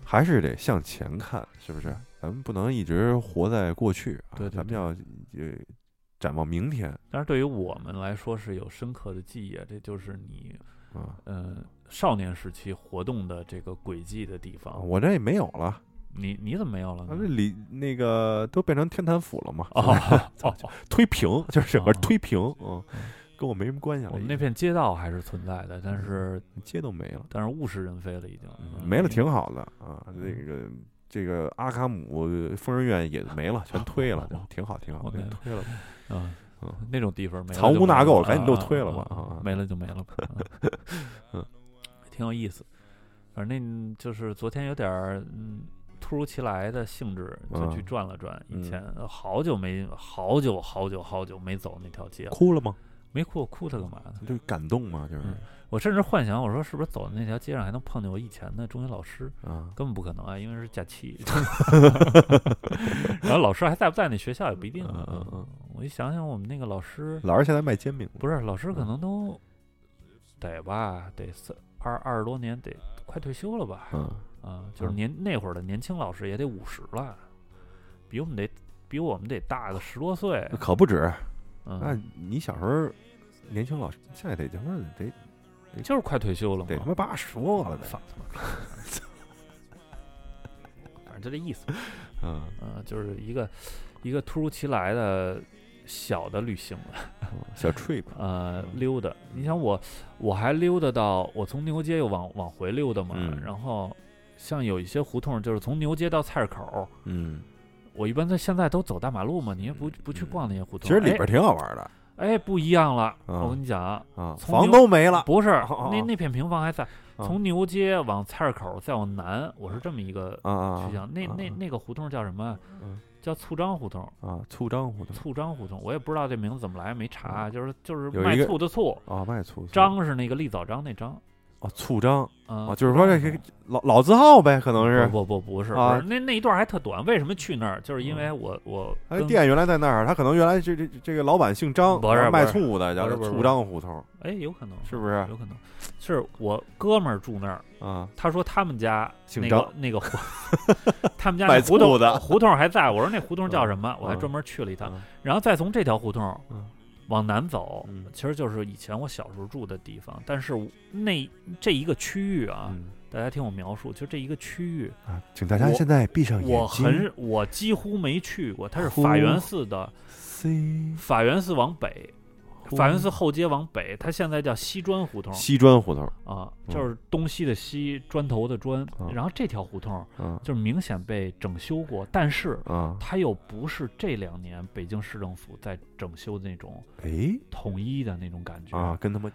A: 还是得向前看，是不是？咱们不能一直活在过去啊，
B: 对对
A: 咱们要呃展望明天
B: 但是对于我们来说是有深刻的记忆啊，这就是你
A: 啊。
B: 呃少年时期活动的这个轨迹的地
A: 啊
B: 方。
A: 我这也没有了，
B: 你你怎么没有了
A: 咱
B: 呢？
A: 们里啊那个都变成天坛府了嘛，
B: 哦哦，哦
A: [laughs] 推平就是整个
B: 啊
A: 推平，嗯，跟我没什么关系了。
B: 我们
A: 已
B: 那
A: 经
B: 片街道还是存在的，但是
A: 街都没了，
B: 但是物是人非了，已经嗯
A: 没了挺好的啊。那个这个阿卡姆疯人院也没
B: [laughs]
A: 了，全推了，就挺好，挺好，
B: 我
A: 全
B: 们
A: 推了。
B: 啊
A: 嗯，
B: 那种地哦方没了
A: 藏
B: 就
A: 污
B: 没
A: 纳
B: 了
A: 垢
B: 啊
A: 赶紧给我
B: 啊
A: 推了吧
B: 啊
A: 啊
B: 没了就没
A: [laughs]
B: 了吧，啊
A: 嗯，
B: 挺有意思。反正那就是昨天有点儿嗯突如其来的性质，就去
A: 嗯
B: 转了转。以
A: 嗯
B: 前呃好久没好久好久好久没走那条街了，
A: 哭了吗？
B: 没哭我哭它干嘛呢？
A: 就是感动嘛，就是
B: 嗯我甚至幻想我说是不是走在那条街上还能碰见我以前的中学老师，
A: 啊，
B: 根本不可能啊，因为是假期。 [laughs] 然后老师还在不在那学校也不一定啊。
A: 嗯嗯嗯
B: 我一想想，我们那个老师
A: 老师现在卖煎饼，
B: 不是老师，可
A: 嗯
B: 能都得吧，得三二二十多年，得快退休了吧？
A: 嗯，
B: 啊，就是
A: 嗯
B: 年那会儿的年轻老师也得五十了，比我们得比我们得大个十多岁
A: 那。可不止。那
B: 嗯，
A: 你小时候年轻老师，现在得他妈得
B: 就是快退休了
A: 得他
B: 嘛
A: 妈。八十多了得，
B: 放他妈屁！反正就这意思吧。
A: 嗯，
B: 嗯，就是一个一个突如其来的小的旅行吧，
A: 嗯小 trip
B: 呃，溜达。你想我，我还溜达到我从牛街又往往回溜达嘛，
A: 嗯
B: 然后像有一些胡同，就是从牛街到菜市口，
A: 嗯，
B: 我一般在现在都走大马路嘛，你也不不去
A: 嗯
B: 逛那些胡同。
A: 其实里边挺好玩的
B: 哎哎不一样了，
A: 啊
B: 我跟你讲，
A: 啊，
B: 哎从
A: 房
B: 牛
A: 都没了，
B: 不是
A: 哦啊
B: 那
A: 哦
B: 那片平房还在，从牛街往菜市口再往南，我是这么一个
A: 啊啊
B: 去，向。那那那个胡同叫什么
A: 嗯？
B: 叫醋庄胡同。
A: 啊，醋张胡同
B: 醋张胡同，我也不知道这名字怎么来，没查，就是就是
A: 啊有一
B: 卖
A: 个
B: 醋的醋，
A: 啊，卖醋
B: 张是那个立早张那张，
A: 哦，醋张
B: 嗯，
A: 啊，就是说这个老老字号呗，可能是。
B: 不不不不是，
A: 啊
B: 不是那那一段还特短，为什么去那儿？就是因为我我
A: 他
B: 跟
A: 哎店原来在那儿，他可能原来这这这个老板姓张，
B: 不是
A: 卖
B: 不是
A: 醋的，叫
B: 不是不是
A: 醋张胡同，
B: 哎有可能
A: 是不是
B: 有可能是我哥们儿住那儿，
A: 啊？
B: 他说他们家
A: 姓
B: 那个 [laughs]
A: 张
B: 那
A: [laughs]
B: 个胡，他们家
A: 卖
B: 那
A: 醋
B: 胡同
A: 的
B: 胡同还在，我说那胡同叫什么？我还
A: 嗯
B: 专门去了一趟
A: 嗯，
B: 然后再从这条胡同
A: 嗯
B: 往南走
A: 嗯，
B: 其实就是以前我小时候住的地方，但是我那这一个区域啊。
A: 嗯
B: 大家听我描述，就这一个区域，
A: 啊，请大家
B: 我
A: 现在闭哦上眼睛。
B: 我很我几乎没去过。它是法源寺的，
A: C
B: 法源寺往北，法源寺后街往北，它现在叫西砖胡同
A: 西砖胡同，
B: 啊，
A: 嗯
B: 就是东西的西，砖头的砖
A: 嗯。
B: 然后这条胡同
A: 啊
B: 就是明显被整修过，但是
A: 啊，
B: 它又不是这两年北京市政府在整修的那种
A: 哎
B: 统一的那种感觉
A: 啊，。跟他们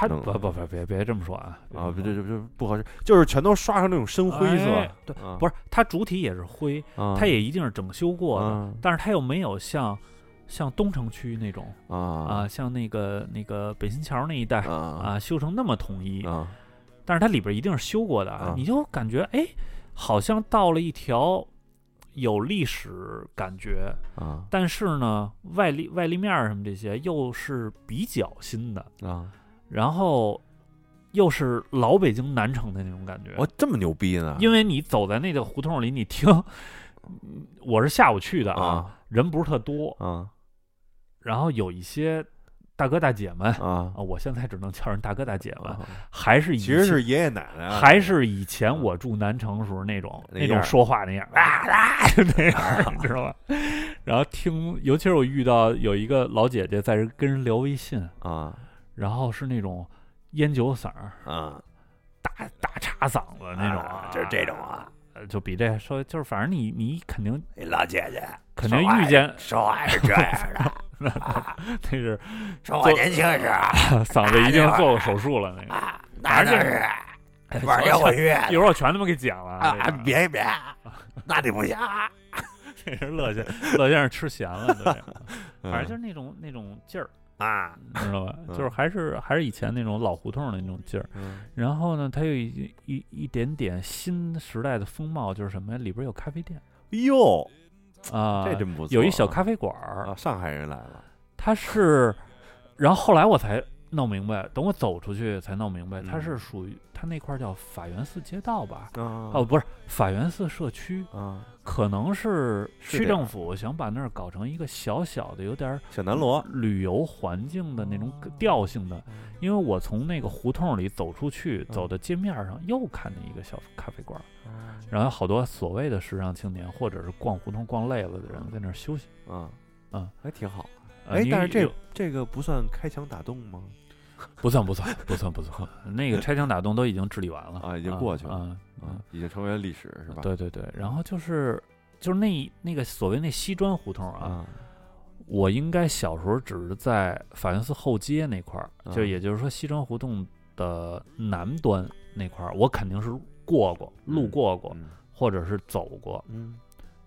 B: 它
A: 弄
B: 不不不别别这么说啊
A: 啊，
B: 别
A: 这
B: 这么说
A: 这这不合适，就是全都刷成那种深灰
B: 哎
A: 色，
B: 对，
A: 啊
B: 不是它主体也是灰，
A: 啊
B: 它也一定是整修过的。
A: 啊
B: 但是它又没有像像东城区那种
A: 啊
B: 啊，像那个那个北新桥那一带
A: 啊啊
B: 啊，修成那么统一，
A: 啊
B: 但是它里边一定是修过的
A: 啊
B: 你就感觉哎，好像到了一条有历史感觉，
A: 啊
B: 但是呢，外立外立面儿什么这些又是比较新的，
A: 啊！
B: 然后又是老北京南城的那种感觉。
A: 我哦啊这么牛逼呢？
B: 因为你走在那个胡同里，你听， [laughs] 嗯我是下午去的啊，
A: 啊
B: 人不是特多，
A: 啊
B: 然后有一些大哥大姐们啊，
A: 啊！
B: 我现在只能叫人大哥大姐们，
A: 啊
B: 还是以
A: 其实
B: 前
A: 是爷爷奶奶啊，
B: 还是以前我住南城时候那种
A: 那
B: 那
A: 样
B: 种
A: 儿
B: 说话那样啊啊 [laughs] 就那样儿，你知道吧？然后听，尤其是我遇到有一个老姐姐在这跟人聊微信，
A: 啊
B: 然后是那种烟酒嗓儿、
A: 啊
B: 大大叉嗓子那种啊
A: 啊，就是这种啊，
B: 呃，就比这稍微就是反正你你肯定
A: 哎老姐姐
B: 肯定遇见，
A: 说话是这样 [laughs] 的，
B: 那是
A: 说
B: 我
A: 年轻时候
B: 嗓子一定做过手术了那个。
A: 啊那
B: 就是
A: 是啊
B: 玩摇滚
A: 乐
B: 一会儿我全他妈给剪了这个
A: 啊别别，那你不行啊！
B: 这是 [laughs] 乐先乐先生吃咸了，
A: [laughs]
B: 对，
A: 嗯
B: 反正就是那种那种劲儿，
A: 啊，
B: 你知道吧？
A: 嗯
B: 就是还是还是以前那种老胡同的那种劲儿。
A: 嗯
B: 然后呢，它有一一一点点新时代的风貌，就是什么呀？里边有咖啡店
A: 哎呦，
B: 啊，
A: 这真不错啊，
B: 有一小咖啡馆儿，
A: 啊，上海人来了
B: 它是。然后后来我才弄明白，等我走出去才弄明白，它
A: 嗯
B: 是属于它那块儿叫法源寺街道吧？
A: 啊
B: 哦，不是法源寺社区，
A: 啊，
B: 可能是
A: 是
B: 区
A: 这样
B: 政府想把那儿搞成一个小小的、有点儿
A: 小南锣，
B: 旅游环境的那种
A: 哦
B: 调性的。因为我从那个胡同里走出去，
A: 嗯哦
B: 走到街面上又看见一个小咖啡馆儿，然后好多所谓的时尚青年或者是逛胡同逛累了的人在那儿休息。
A: 啊
B: 嗯，
A: 还挺好。
B: 呃
A: 哎
B: 你，
A: 但是这 [laughs]
B: 有
A: 这个不算开墙打洞吗？
B: 不算不算不算不算，
A: [laughs]
B: 那个拆墙打洞都已经治理完了
A: 啊已经过去了
B: 啊啊
A: 啊，已经成为了历史是吧？
B: 对对对，然后就是就是那那个所谓那西砖胡同啊，
A: 啊，
B: 我应该小时候只是在法源寺后街那块儿，就
A: 嗯
B: 也就是说西庄胡同的南端那块儿，我肯定是过过、路
A: 嗯
B: 过过，
A: 嗯
B: 或者是走过。
A: 嗯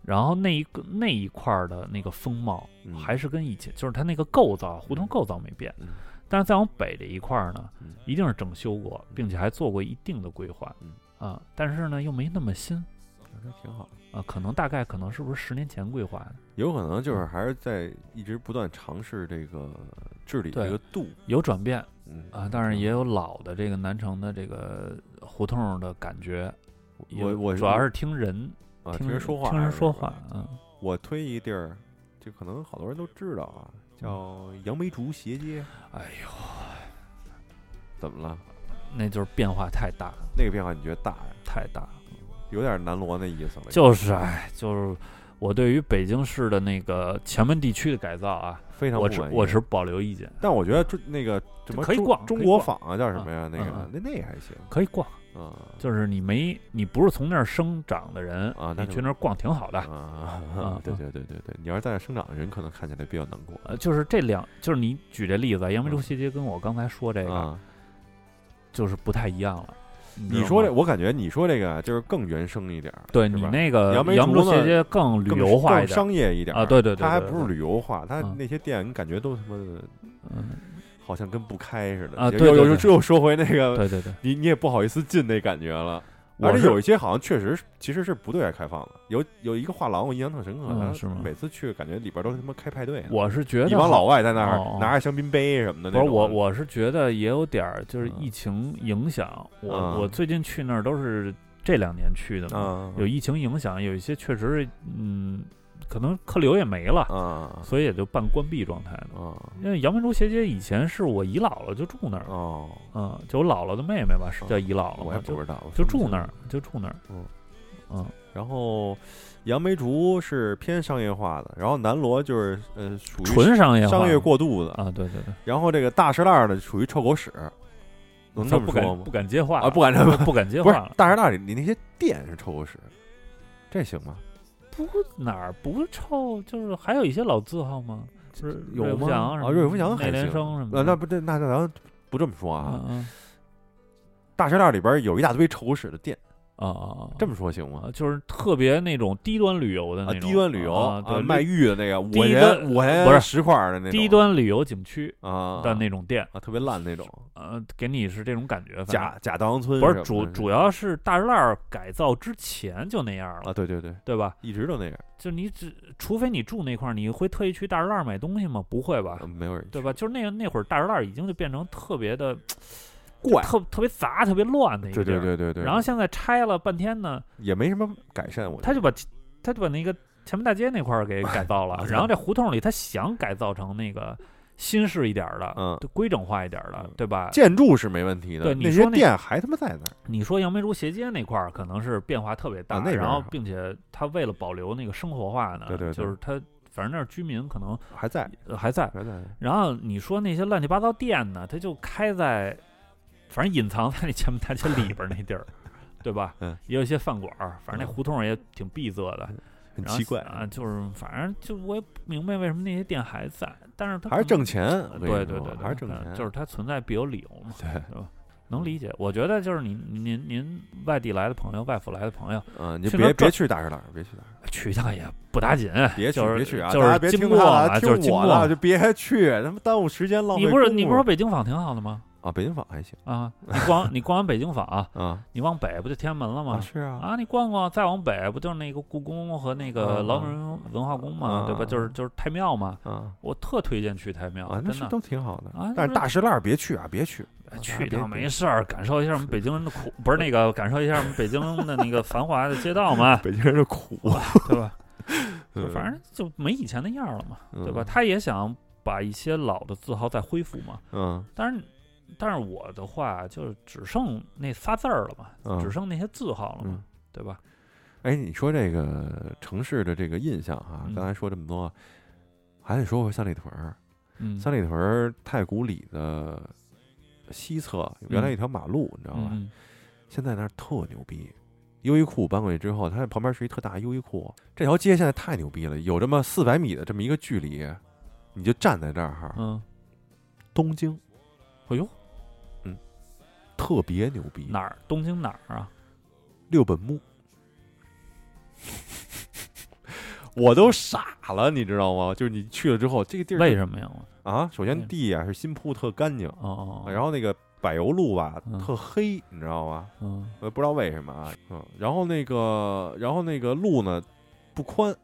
B: 然后那一个那一块儿的那个风貌
A: 嗯，
B: 还是跟以前，就是它那个构造，胡同
A: 嗯
B: 构造没变，
A: 嗯
B: 但是再往北这一块儿呢
A: 嗯，
B: 一定是整修过，并且还做过一定的规划
A: 嗯，
B: 啊，但是呢又没那么新
A: 还挺好。
B: 啊，可能大概可能是不是十年前规划的，
A: 有可能
B: 嗯
A: 就是还是在一直不断尝试这个治理
B: 对
A: 这个度，
B: 有转变，
A: 嗯
B: 啊，当然也
A: 挺好
B: 有老的这个南城的这个胡同的感觉。
A: 我我
B: 主要是听人
A: 啊
B: 听
A: 听人说话，
B: 听人说话。，嗯，
A: 我推一地儿，就可能好多人都知道啊，叫杨梅竹斜街。
B: 嗯哎
A: 呦，怎么了？
B: 那就是变化太大
A: 那个变化你觉得大呀？
B: 太大，
A: 有点南锣那意思了，
B: 就是哎，就是我对于北京市的那个前门地区的改造啊，
A: 非常
B: 我
A: 不
B: 持
A: 满意。嗯
B: 我持保留意见，
A: 但我觉得中那个什么
B: 可以
A: 中
B: 逛
A: 中
B: 可以
A: 国
B: 逛
A: 坊啊，叫什么呀？
B: 嗯
A: 那个
B: 嗯
A: 那那也还行
B: 可以逛，
A: 啊
B: 就是你没你不是从那儿生长的人
A: 啊那
B: 你
A: 就
B: 去那儿逛挺好的。嗯
A: [laughs] 啊！对对对对对，你要是在那生长的人，可能看起来比较难过
B: 呃，就是这两，就是你举这例子，杨梅
A: 嗯
B: 竹斜街跟我刚才说这个
A: 啊。
B: 就是不太一样了。知
A: 你
B: 道
A: 说
B: 吗
A: 这，我感觉你说这个啊就是更原生一点儿，
B: 对
A: 是
B: 你
A: 吧
B: 那个
A: 杨梅
B: 杨梅
A: 竹
B: 竹
A: 呢
B: 斜街更旅
A: 更
B: 游化一
A: 更
B: 点，
A: 商业一点
B: 啊
A: 儿
B: 对对对
A: 它还
B: 对
A: 不是旅游化，它
B: 嗯
A: 那些店你感觉都他妈的
B: 嗯，
A: 好像跟不开似的
B: 啊
A: 又
B: 对对
A: 又
B: 对
A: 又又说回那个，
B: 对对对，
A: 你你也不好意思进那感觉了。而
B: 我
A: 且有
B: 是
A: 一些好像确实是其实是不对外开放的，有有一个画廊我印象特深刻，
B: 嗯
A: 它
B: 是吗
A: 每次去感觉里边都他妈开派对呢，
B: 我是觉得
A: 一帮老
B: 好
A: 外在那
B: 哦
A: 儿拿着香槟杯什么的
B: 不
A: 那
B: 是
A: 种。啊
B: 我我是觉得也有点儿就是
A: 嗯
B: 疫情影响，我
A: 嗯
B: 我最近去那儿都是这两年去的嘛，
A: 啊
B: 有疫情影响，有一些确实是嗯，可能客流也没了，
A: 啊
B: 所以也就半关闭状态嘛。
A: 啊
B: 因为杨梅竹斜街以前是我姨姥姥就住那儿，
A: 哦，
B: 嗯，就我姥姥的妹妹吧，是叫姨姥
A: 嗯
B: 姥
A: 我
B: 嘛，
A: 还不
B: 就
A: 知道，我
B: 就
A: 分不
B: 住
A: 清
B: 那儿，就住那儿，
A: 嗯
B: 嗯，
A: 然后杨梅竹是偏商业化的，然后南锣就是呃属于
B: 纯商业化
A: 商业过度的，
B: 啊，对对对，
A: 然后这个大石烂的属于臭狗屎，能这
B: 就
A: 么
B: 嗯不
A: 说
B: 敢
A: 吗
B: 不？敢接话
A: 啊，不敢这么，
B: 不敢接
A: [laughs] 不
B: 话
A: 是
B: 了。
A: 大石烂里你那些店是臭狗屎，这行吗？
B: 哪儿不臭？就是还有一些老字号吗？是
A: 有
B: 瑞福
A: 吗
B: 祥什
A: 啊
B: 么
A: 瑞福祥还
B: 内联
A: 行
B: 升什么
A: 呃，
B: 的？
A: 那不对，那那咱不这么说啊，
B: 啊
A: 大石烂里边有一大堆臭狗屎的店，
B: 啊啊！
A: 这么说行吗？
B: 啊，就是特别那种低端旅游的
A: 啊
B: 嗯那，种
A: 低端旅游
B: 啊，对
A: 卖玉的那个，五
B: 低
A: 块
B: 端
A: 钱五块钱
B: 不是
A: 十块儿的那种
B: 低端旅游景区
A: 啊
B: 的那种店，
A: 啊，特别烂那种
B: 呃，给你是这种感觉。反正
A: 假假稻香村
B: 不
A: 什
B: 是
A: 么
B: 主
A: 的
B: 主要是大栅栏改造之前就那样
A: 啊，
B: 了，
A: 对对对，
B: 对吧？
A: 一直都那样。
B: 就你只除非你住那块儿，你会特意去大栅栏买东西吗？不会吧？
A: 嗯，没有人去
B: 对吧？就是那个那会儿大栅栏已经就变成特别的
A: 怪
B: 特特别杂、特别乱的一个
A: 对
B: 地儿
A: 对。对对对。
B: 然后现在拆了半天呢，
A: 也没什么改善，我觉
B: 他
A: 得
B: 就把他就把那个前门大街那块儿给改造
A: 哎
B: 了，然后这胡同里他想改造成那个新式一点儿的，
A: 嗯
B: 就规整化一点儿的
A: 嗯，
B: 对吧？
A: 建筑是没问题的，
B: 对你
A: 那
B: 说
A: 些
B: 那
A: 店还他妈在那儿。
B: 你说杨梅竹斜街那块儿可能是变化特别大，
A: 啊那边儿
B: 然后
A: 好
B: 并且他为了保留那个生活化呢，
A: 对对对
B: 就是他。反正那儿居民可能
A: 还在，
B: 呃还在，
A: 还在。
B: 然后你说那些乱七八糟店呢，它就开在，反正隐藏在那前门大街里边儿那地
A: [laughs]
B: 儿，对吧？
A: 嗯，
B: 也有一些饭馆儿，反正
A: 嗯
B: 那胡同儿也挺闭塞的，
A: 很
B: 然后
A: 奇怪，
B: 啊，就是反正就我也不明白为什么那些店还在，但是它
A: 还是
B: 可能
A: 挣钱。我跟你
B: 嗯对对
A: 说
B: 对，
A: 还是挣
B: 嗯
A: 钱，啊
B: 就是它存在必有理由嘛，
A: 对，
B: 能理解。我觉得就是您您您外地来的朋友，外府来的朋友，
A: 嗯，你
B: 去
A: 就
B: 那儿
A: 别别
B: 转
A: 去大石栏，别去大石栏，
B: 去趟也不打紧，
A: 别去
B: 就是
A: 别去啊！
B: 就
A: 大
B: 是
A: 家别
B: 经
A: 听
B: 过
A: 他
B: 啊，
A: 的，
B: 就是
A: 听
B: 经
A: 我
B: 过
A: 的，。就别去，他妈耽误时间，浪费
B: 你
A: 功夫。
B: 不是你不是说北京坊挺好的吗？
A: 啊，北京坊还行
B: 啊，你逛 [laughs] 你逛完北京坊、
A: 啊，
B: 你往北不就天安门了
A: 啊
B: 吗？
A: 是啊，
B: 啊，你逛逛，再往北不就是那个故宫和那个
A: 嗯
B: 劳动人民文化宫
A: 嗯
B: 嘛，对吧？
A: 嗯
B: 就是就是太庙嘛，
A: 啊
B: 我特推荐去太庙，
A: 啊，那
B: 真
A: 是
B: 的
A: 都挺好的
B: 啊，
A: 但
B: 就是
A: 大石烂儿别去啊，别
B: [laughs]
A: 去，
B: 哎去一
A: 别
B: 趟
A: 别，
B: 没事儿，感受一下我们北京人的苦，不是那个感受一下我们北京的那个繁华的街道嘛
A: [laughs] 北京人的苦，啊
B: 对吧？就
A: 嗯
B: 反正就没以前那样了嘛，对吧？
A: 嗯
B: 他也想把一些老的字号再恢复嘛，
A: 嗯
B: 但是但是我的话就是只剩那仨字儿了嘛，
A: 嗯
B: 只剩那些字号了
A: 嗯
B: 嘛，，对吧？
A: 哎，你说这个城市的这个印象啊，
B: 嗯
A: 刚才说这么多，还得说回三里屯儿。
B: 嗯，
A: 三里屯儿太古里的西侧原来一条马路，你知道吧？
B: 嗯
A: 现在那儿特牛逼。优衣库搬过去之后，它旁边是一特大优衣库，这条街现在太牛逼了，有这么四百米的这么一个距离，你就站在这儿哈，
B: 嗯，
A: 东京
B: 哎呦，
A: 特别牛逼，
B: 哪儿？东京哪儿啊？
A: 六本木， [laughs] 我都傻了，你知道吗？就是你去了之后，这个地儿
B: 为什么呀？我
A: 啊，首
B: 嗯
A: 先地啊是新铺特干净，
B: 哦，
A: 然后那个柏油路吧
B: 嗯
A: 特黑，你知道吗？
B: 嗯
A: 我也呃不知道为什么啊，嗯，然后那个，然后那个路呢不宽，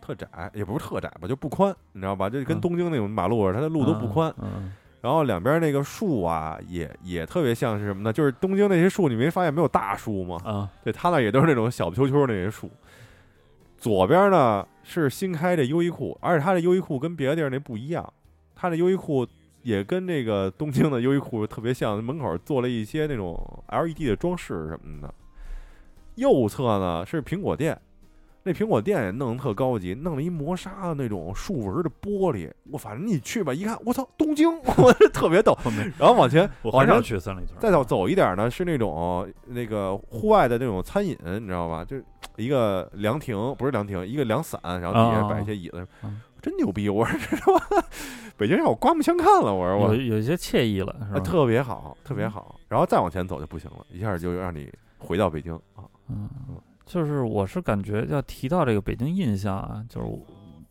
A: 特窄，也不是特窄吧，就不宽，你知道吧？就跟
B: 嗯
A: 东京那种马路似的，它的路都不宽，，
B: 嗯
A: 然后两边那个树啊，也也特别像是什么呢？就是东京那些树，你没发现没有大树吗？
B: 啊
A: 对，它那也都是那种小不秋秋那些树。左边呢是新开的优衣库，而且它的优衣库跟别的地儿那不一样，它的优衣库也跟这个东京的优衣库特别像，门口做了一些那种 LED 的装饰什么的。右侧呢是苹果店，那苹果店也弄得特高级，弄了一磨砂的那种竖纹的玻璃。我反正你去吧，一看，我操，东京， [laughs] 我这特别逗。[laughs]
B: 我没，
A: 然后往前，
B: 我
A: 往
B: 很
A: 前
B: 少去三里屯。
A: 再走走一点呢，是那种那个户外的那种餐饮，你知道吧？就是一个凉亭，不是凉亭，一个凉伞，然后底下摆一些椅子，
B: 啊嗯
A: [laughs] 真牛逼！我说这他妈 [laughs] 北京让我刮目相看了，我说我
B: 有有一些惬意了，是
A: 啊
B: 吧？嗯
A: 特别好，特别好。然后再往前走就不行了，一下就让你回到北京啊，
B: 嗯，就是我是感觉要提到这个北京印象啊，就是我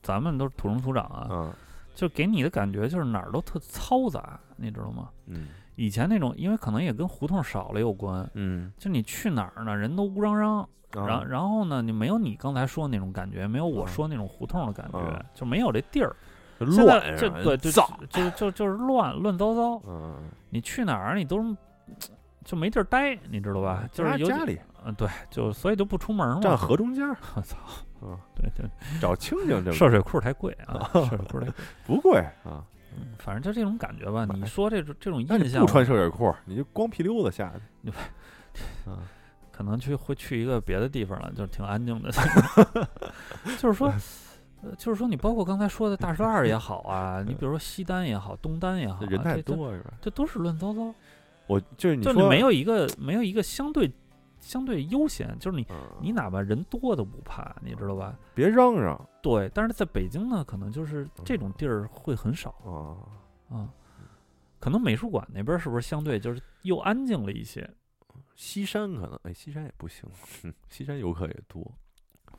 B: 咱们都是土生土长啊，
A: 嗯
B: 就给你的感觉就是哪儿都特嘈杂，你知道吗？
A: 嗯
B: 以前那种，因为可能也跟胡同少了有关，
A: 嗯，
B: 就你去哪儿呢，人都乌嚷嚷，然后然后呢，你没有你刚才说的那种感觉，没有我
A: 嗯
B: 说那种胡同的感觉
A: 嗯，
B: 就没有这地儿，
A: 就
B: 现在
A: 乱
B: 就对就
A: 造，
B: 就就就是乱乱糟糟，
A: 嗯，
B: 你去哪儿你都是就没地儿待，你知道吧？就是
A: 啊家
B: 有
A: 家里
B: 嗯，对，就所以就不出门嘛。
A: 站河中间儿
B: 我操，
A: 嗯
B: 对对，
A: 找清
B: [laughs]
A: 静，这
B: 涉水库太贵啊，涉水库
A: [laughs]
B: 太贵。
A: 不贵啊。
B: 嗯反正就这种感觉吧。
A: 买
B: 你说这种这种
A: 哎那
B: 印
A: 你
B: 象，
A: 不穿涉水裤，你就光屁溜子下去。
B: 你啊
A: 嗯
B: 可能去会去一个别的地方了，就是挺安静的。
A: [laughs]
B: 就是说，呃就是说，你包括刚才说的大石烂儿也好啊，你比如说西单也好，东单也好啊，
A: 这嗯人太
B: 这这
A: 多是吧？
B: 这都是乱糟糟，
A: 我就是你
B: 就
A: 说
B: 是你没，有一个没有一个相对相对悠闲，就是你
A: 嗯
B: 你哪怕人多都不怕，你知道吧？
A: 别嚷嚷
B: 对，但是在北京呢，可能
A: 嗯
B: 就是这种地儿会很少。
A: 啊！
B: 啊，可能美术馆那边儿是不是相对就是又安静了一些？
A: 西山可能哎，西山也不行，哼西山游客也多，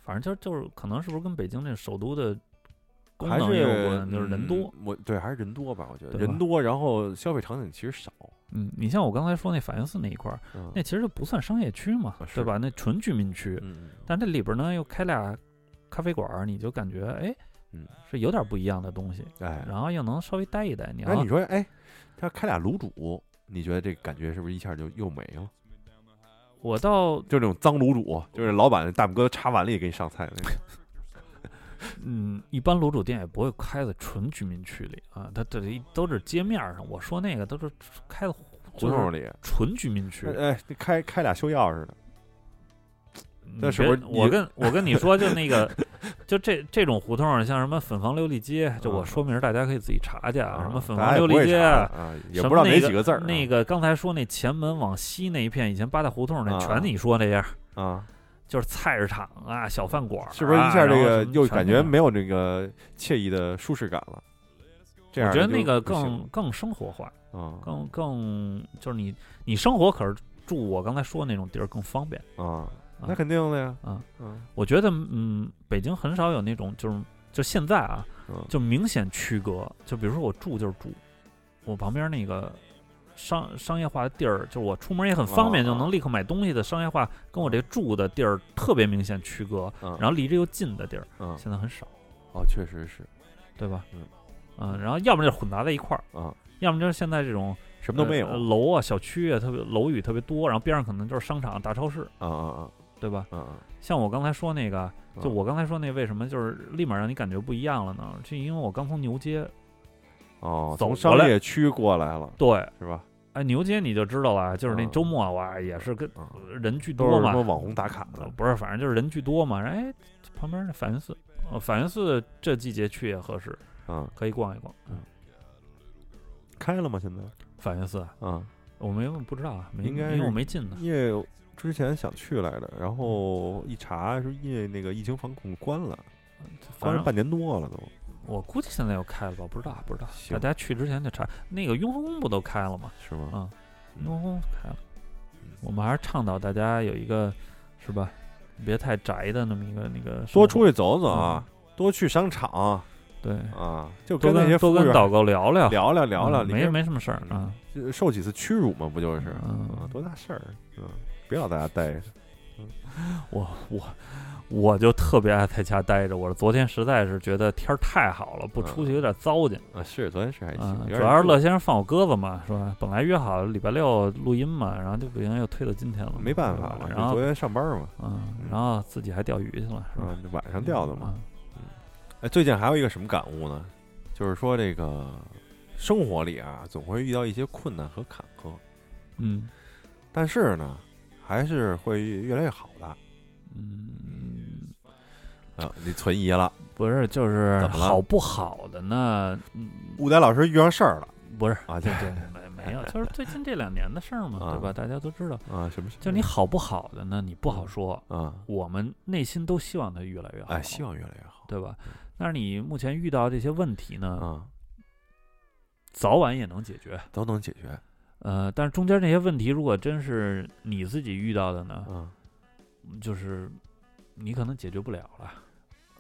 B: 反正就就是可能是不是跟北京这首都的功
A: 还
B: 能
A: 是
B: 也有关，就是人多。。
A: 嗯我对还是人多吧，我觉得
B: 对吧
A: 人多，然后消费场景其实少。
B: 嗯，你像我刚才说那法源寺那一块儿，
A: 嗯
B: 那其实就不算商业区嘛，
A: 啊
B: 对
A: 是
B: 吧？那纯居民区，
A: 嗯，
B: 但这里边儿呢又开俩咖啡馆儿，你就感觉哎，
A: 嗯
B: 是有点不一样的东西，
A: 哎，
B: 然后又能稍微待一待。你
A: 那
B: 要
A: 你说哎，他开俩卤煮，你觉得这感觉是不是一下就又没了？
B: 我到
A: 就那种脏卤煮，就是老板大拇哥插碗里给你上菜那
B: [laughs]
A: 种。
B: 嗯，一般卤煮店也不会开在纯居民区里啊，它这里都是街面儿上。我说那个都是开的
A: 胡同里，
B: 纯居民区。
A: 哎，那开开俩修钥匙的，
B: 你
A: 那是
B: 别
A: 不是你
B: 我跟我跟你说，就那个， [laughs] 就这这种胡同儿，像什么粉房琉璃街，就我
A: 嗯
B: 说明儿大家可以自己查去啊，什么粉
A: 大
B: 房
A: 家也
B: 琉
A: 不会
B: 璃街
A: 查
B: 啊，
A: 啊，也
B: 什
A: 不知
B: 么
A: 道哪
B: 那个
A: 几个字儿啊。
B: 那个刚才说那前门往西那一片，以前八大胡同儿那
A: 啊
B: 全你说那样儿，
A: 啊，
B: 就是菜市场啊、小饭馆儿啊，
A: 是不是一下这
B: 然后
A: 个
B: 什么
A: 又
B: 全
A: 感
B: 那
A: 觉
B: 样儿
A: 没有这个惬意的舒适感了？这样
B: 我觉得
A: 就
B: 那个
A: 不行
B: 更更生活化。
A: 啊
B: 更更就是你你生活可是住我刚才说的那种地儿更方便。
A: 啊，
B: 啊
A: 那肯定的呀，
B: 啊
A: 嗯
B: 我觉得嗯，北京很少有那种就是就现在啊，
A: 嗯
B: 就明显区隔。就比如说我住就是住，我旁边那个商商业化的地儿，就是我出门也很方便，
A: 哦
B: 就能立刻买东西的商业化，跟我这住的地儿特别明显区隔，
A: 嗯
B: 然后离着又近的地儿，
A: 嗯，
B: 现在很少，
A: 哦，确实是，
B: 对吧？
A: 嗯
B: 嗯，然后要么就是混杂在一块儿，
A: 啊，
B: 要么就是现在这种
A: 什么都没有，
B: 呃
A: 啊
B: 楼啊、小区啊，特别楼宇特别多，然后边上可能就是商场、大超市，
A: 啊啊
B: 对吧？
A: 啊啊，
B: 像我刚才说那个，就
A: 嗯
B: 我刚才说那为什么就是立马让你感觉不一样了呢？是因为我刚从牛街，
A: 哦，
B: 走
A: 从
B: 过
A: 商
B: 来
A: 业区过来了，
B: 对，
A: 是吧？
B: 哎，牛街你就知道了，啊就是那周末哇，也是跟
A: 啊，
B: 人巨
A: 嗯都
B: 多
A: 是什
B: 嘛
A: 么，网红打卡
B: 呃
A: 的，
B: 不是，反正就是人巨多嘛。然后哎，旁边那法源寺，呃，法源寺这季节去也合适，
A: 嗯，
B: 可以逛一逛。嗯，
A: 开了吗？现在？
B: 法源寺
A: 嗯，
B: 啊我没问不知道啊，没
A: 应该
B: 因为
A: 是
B: 我没进呢。
A: 因为之前想去来着，然后一查是因为那个疫情防控关了，
B: 反
A: 关了
B: 正
A: 半年多了都，
B: 我估计现在又开了吧，不知道不知道。
A: 行
B: 大家去之前就查，那个雍和宫不都开了吗？
A: 是吗？
B: 啊雍和宫开了
A: 嗯，
B: 我们还是倡导大家有一个是吧，别太宅的那么一个那个
A: 多
B: 去
A: 出去走走啊，多去商场
B: 对，
A: 啊，就
B: 多
A: 那些服
B: 跟多
A: 务
B: 跟
A: 员
B: 导购聊聊
A: 聊聊聊聊，
B: 嗯
A: 你
B: 没
A: 跟
B: 没什么事儿啊。
A: 就受几次屈辱嘛，不就是？啊
B: 嗯，，
A: 多大事儿？嗯，别老在家待着。
B: 我我我就特别爱在家待着，我昨天实在是觉得天儿太好了，不出去有点糟践。
A: 啊，是昨天是还行
B: 啊，，
A: 嗯有
B: 主
A: 点
B: 要是
A: 热
B: 乐先生放我鸽子嘛，是吧？本来约好礼拜六录音嘛，然后就不行，又推到今天了嘛，
A: 没办法
B: 是吧
A: 了，
B: 然
A: 就
B: 后
A: 昨天上班嘛，
B: 嗯，然后自己还钓鱼去了，是吧？
A: 啊，晚上钓的嘛。
B: 嗯，
A: 哎，最近还有一个什么感悟呢？就是说这个生活里啊，总会遇到一些困难和坎坷，
B: 嗯
A: 但是呢，还是会越来越好的。
B: 嗯，
A: 啊，你存疑了，
B: 不是，就是
A: 怎么了
B: 好不好的呢？嗯，
A: 吴丹老师遇上事儿了
B: 不
A: [laughs]
B: 是，
A: 啊？
B: 对
A: 对
B: 对，没没有，就是最近这两年的事儿嘛，
A: 啊
B: 对吧？大家都知道，
A: 啊，什么事儿？
B: 就你好不好的呢，你不好说。
A: 啊，
B: 我们内心都希望它越来越好，
A: 哎，希望越来越好。
B: 对吧？但是你目前遇到这些问题呢，
A: 啊，
B: 早晚也能解决。
A: 都能解决。
B: 呃，但是中间这些问题，如果真是你自己遇到的呢，
A: 嗯，
B: 就是你可能解决不了了。